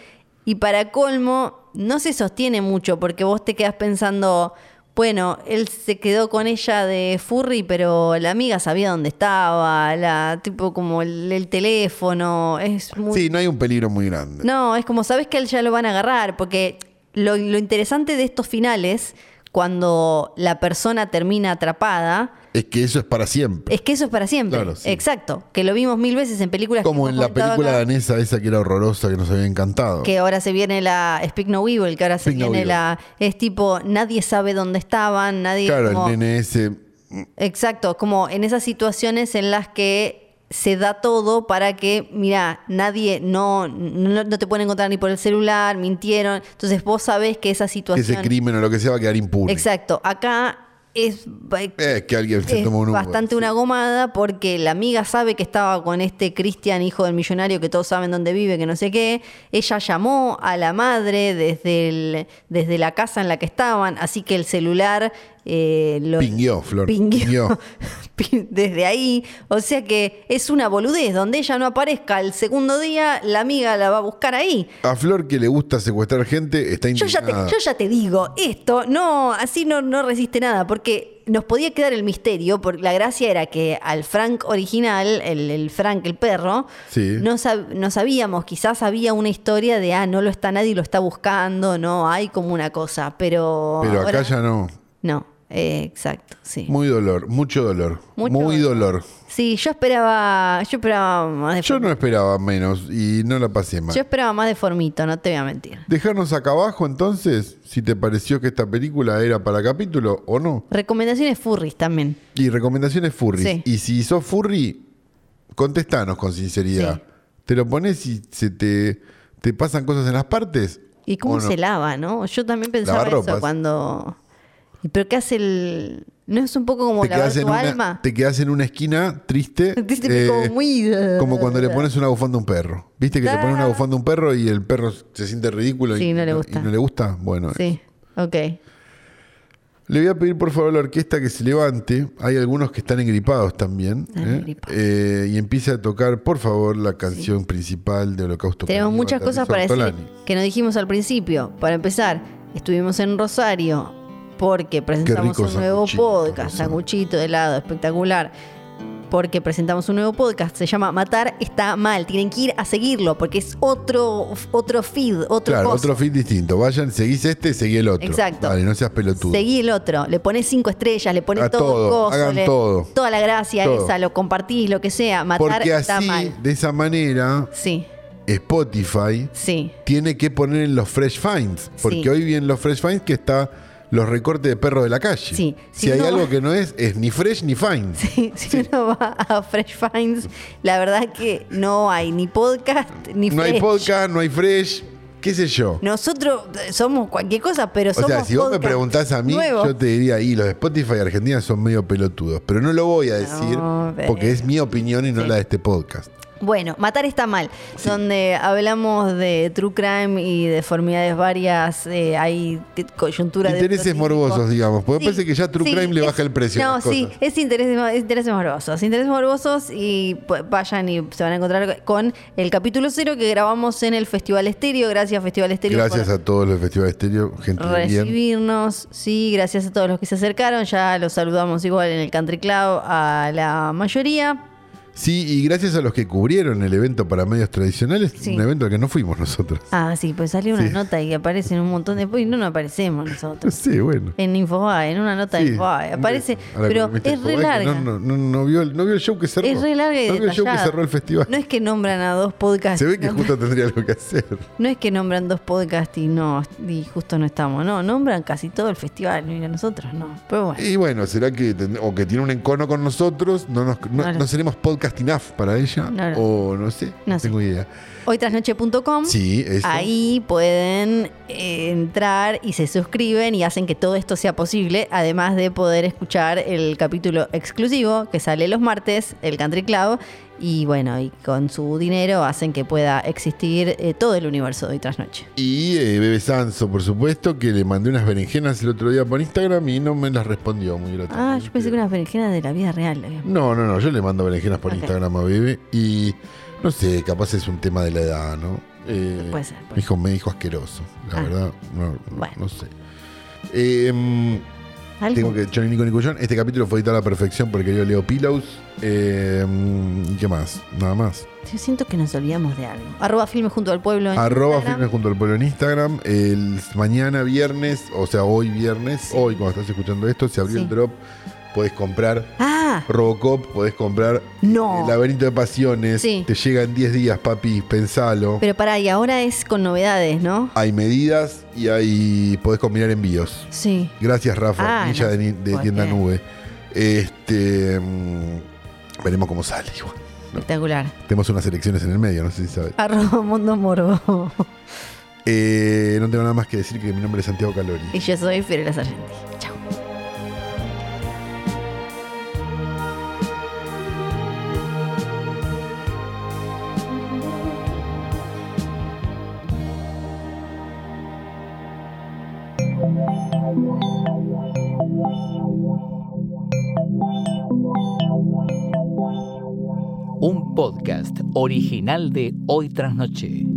y para colmo, no se sostiene mucho porque vos te quedas pensando, bueno, él se quedó con ella de furry, pero la amiga sabía dónde estaba, la tipo como el, el teléfono, es muy... Sí, no hay un peligro muy grande. No, es como sabes que a él ya lo van a agarrar, porque lo, lo interesante de estos finales, cuando la persona termina atrapada, Es que eso es para siempre. es que eso es para siempre. Claro, sí. Exacto, que lo vimos mil veces en películas. que Como hemos en la comentado película acá. danesa esa que era horrorosa, que nos había encantado. Que ahora se viene la Speak No Evil, que ahora se Speak No viene Evil. la. Es tipo, nadie sabe dónde estaban, nadie. claro, como- el nene ese. Exacto, como en esas situaciones en las que se da todo para que, mira, nadie, no, no, no te pueden encontrar ni por el celular, mintieron. Entonces vos sabés que esa que situación. Ese crimen o lo que sea va a quedar impune. Exacto, acá es. Es que alguien se es tomó un Uber. bastante una gomada porque la amiga sabe que estaba con este Cristian, hijo del millonario, que todos saben dónde vive, que no sé qué. Ella llamó a la madre desde, el- desde la casa en la que estaban, así que el celular eh, lo Pingueó, Flor, pingueó. [LAUGHS] pingueó. Pin- desde ahí. O sea que es una boludez. Donde ella no aparezca el segundo día, la amiga la va a buscar ahí. A Flor que le gusta secuestrar gente está Yo ya, indignada. te, yo ya te digo, esto no, así no, no resiste nada, porque nos podía quedar el misterio, porque la gracia era que al Frank original, el, el Frank, el perro, Sí. no, sab- no sabíamos, quizás había una historia de, ah, no lo está nadie, lo está buscando, no, hay como una cosa, pero... Pero acá ahora- ya no. No, eh, exacto, sí. Muy dolor, mucho dolor. Mucho muy dolor. Sí, yo esperaba, yo esperaba más de Yo no esperaba menos y no la pasé mal. yo esperaba más de formito, no te voy a mentir. Dejarnos acá abajo entonces si te pareció que esta película era para capítulo o no. Recomendaciones furries también. Y recomendaciones furry. Sí. Y si sos furry, contestanos con sinceridad. Sí. ¿Te lo pones y se te, te pasan cosas en las partes? ¿Y cómo ¿O no? se lava, no? Yo también pensaba Lavar eso ropas. cuando. ¿Y ¿Pero qué hace el.? ¿No es un poco como Te lavar quedas, tu en una, alma? te quedás en una esquina [LAUGHS] triste. Sentiste eh, como muy. como cuando le pones una bufanda a un perro. ¿Viste que le pones una Ah. bufanda a un perro y el perro se siente ridículo Sí, y, no le y gusta. no le gusta? Bueno, [LAUGHS] Sí, ok. Le voy a pedir por favor a la orquesta que se levante. Hay algunos que están engripados también. Están ¿eh? engripados. Eh, y empiece a tocar, por favor, la canción principal de Holocausto. Tenemos Judío, muchas de cosas Rizzo para decir Ortolani. que nos dijimos al principio. Para empezar, estuvimos en Rosario porque presentamos rico un nuevo sanguchito, podcast, Rosario. sanguchito de helado, espectacular. Porque presentamos un nuevo podcast, se llama Matar está mal. Tienen que ir a seguirlo porque es otro, otro feed, otro Claro, coso. otro feed distinto. Vayan, seguís este, seguí el otro. Exacto. Vale, no seas pelotudo. Seguí el otro, le pones cinco estrellas, le pones A todo, todo, el coso, hagan le- todo. toda la gracia Todo. esa, lo compartís, lo que sea, matar Porque está así, mal. de esa manera, Sí, Spotify sí, [LAUGHS] tiene que poner en los Fresh Finds. Porque Sí. hoy vienen los Fresh Finds que está los recortes de perros de la calle. Sí. Si, Si hay no- algo que no es, es ni Fresh ni [LAUGHS] Find. sí. Si uno va a Fresh Finds, la verdad que no hay ni podcast ni no hay Fresh. podcast, no hay Fresh, qué sé yo. Nosotros eh, somos cualquier cosa, pero O somos sea, si vos me podcast preguntás a mí, nuevos. yo te diría, y los de Spotify Argentina son medio pelotudos, pero no lo voy a decir No, pero- porque es mi opinión y no Sí. la de este podcast. Bueno, Matar está mal, donde hablamos de true crime y deformidades varias, eh, hay t- coyuntura de Intereses otro tipo. morbosos, digamos, porque Sí, parece que ya True sí, Crime le es- baja el precio. a No, las sí, cosas. es intereses, mo- es intereses morbosos. Intereses morbosos y pues, vayan y se van a encontrar con el capítulo cero que grabamos en el Festival Estéreo. Gracias, Festival Estéreo. por- Gracias a todos los festivales estéreo, gente de bien. recibirnos. Sí, gracias a todos los que se acercaron. Ya los saludamos igual en el Country Club a la mayoría. Sí, y gracias a los que cubrieron el evento para medios tradicionales, Sí. un evento al que no fuimos nosotros. [LAUGHS] Ah, sí, pues salió una Sí. nota y aparecen un montón de... Y no nos aparecemos nosotros. [LAUGHS] Sí, bueno. En Infobae, en una nota de Sí. Infobae. Aparece, A la pero columnista es re Infobae, que larga. este No, no, no, no vio el, no vio el show que cerró. Es re larga y No vio el show que detallada. cerró el festival. No es que nombran a dos podcasts. Se ve que no, justo tendría algo que hacer. no es que nombran dos podcasts y no, y justo no estamos. No, nombran casi todo el festival. Mira, nosotros no. Pero bueno. Y bueno, ¿será que tend- o que tiene un encono con nosotros? ¿No, nos, no, No lo no sé. seremos podcast enough para ella? No lo sé. o no sé, no, No sé. tengo idea. Hoytrasnoche.com. Sí, eso. Ahí pueden eh, entrar y se suscriben y hacen que todo esto sea posible, además de poder escuchar el capítulo exclusivo que sale los martes, el Country Club, y bueno, y con su dinero hacen que pueda existir eh, todo el universo de hoy tras noche. Y eh, Bebe Sanso, por supuesto, que le mandé unas berenjenas el otro día por Instagram y no me las respondió muy Ah, gratuitamente. yo pensé que unas berenjenas de la vida real. eh, había. No, no, no, yo le mando berenjenas por Ok. Instagram a Bebe y no sé, capaz es un tema de la edad, ¿no? Eh, Puede ser, pues, puede me dijo, me dijo asqueroso, la Ah. verdad, no, no- Bueno. no sé. Eh, mm, ¿Algo? tengo que, Johnny Nico Nicollón, este capítulo fue editado a la perfección por el querido Leo Pillows. Eh, mm, ¿Qué más? Nada más. Yo siento que nos olvidamos de algo. Arroba filme junto al pueblo. en Arroba Instagram. Filmes Junto al Pueblo en Instagram. El mañana viernes, o sea, hoy viernes, hoy cuando estás escuchando esto, se abrió Sí. el drop. Podés comprar Ah, Robocop, podés comprar No. El Laberinto de Pasiones. Sí. Te llega en 10 días, papi, pensalo. pero pará, y ahora es con novedades, ¿no? Hay medidas y hay podés combinar envíos. Sí. Gracias, Rafa, Ah, Ninja no de, sé ni- de por Tienda qué. Nube. Este. mm, veremos cómo sale. igual. Espectacular. Tenemos unas elecciones en el medio, no sé si sabes. Arroba Mundo Morbo. [LAUGHS] Eh, no tengo nada más que decir que mi nombre es Santiago Calori. Y yo soy Fiorella Sargenti. Chao. Un podcast original de Hoy Tras Noche.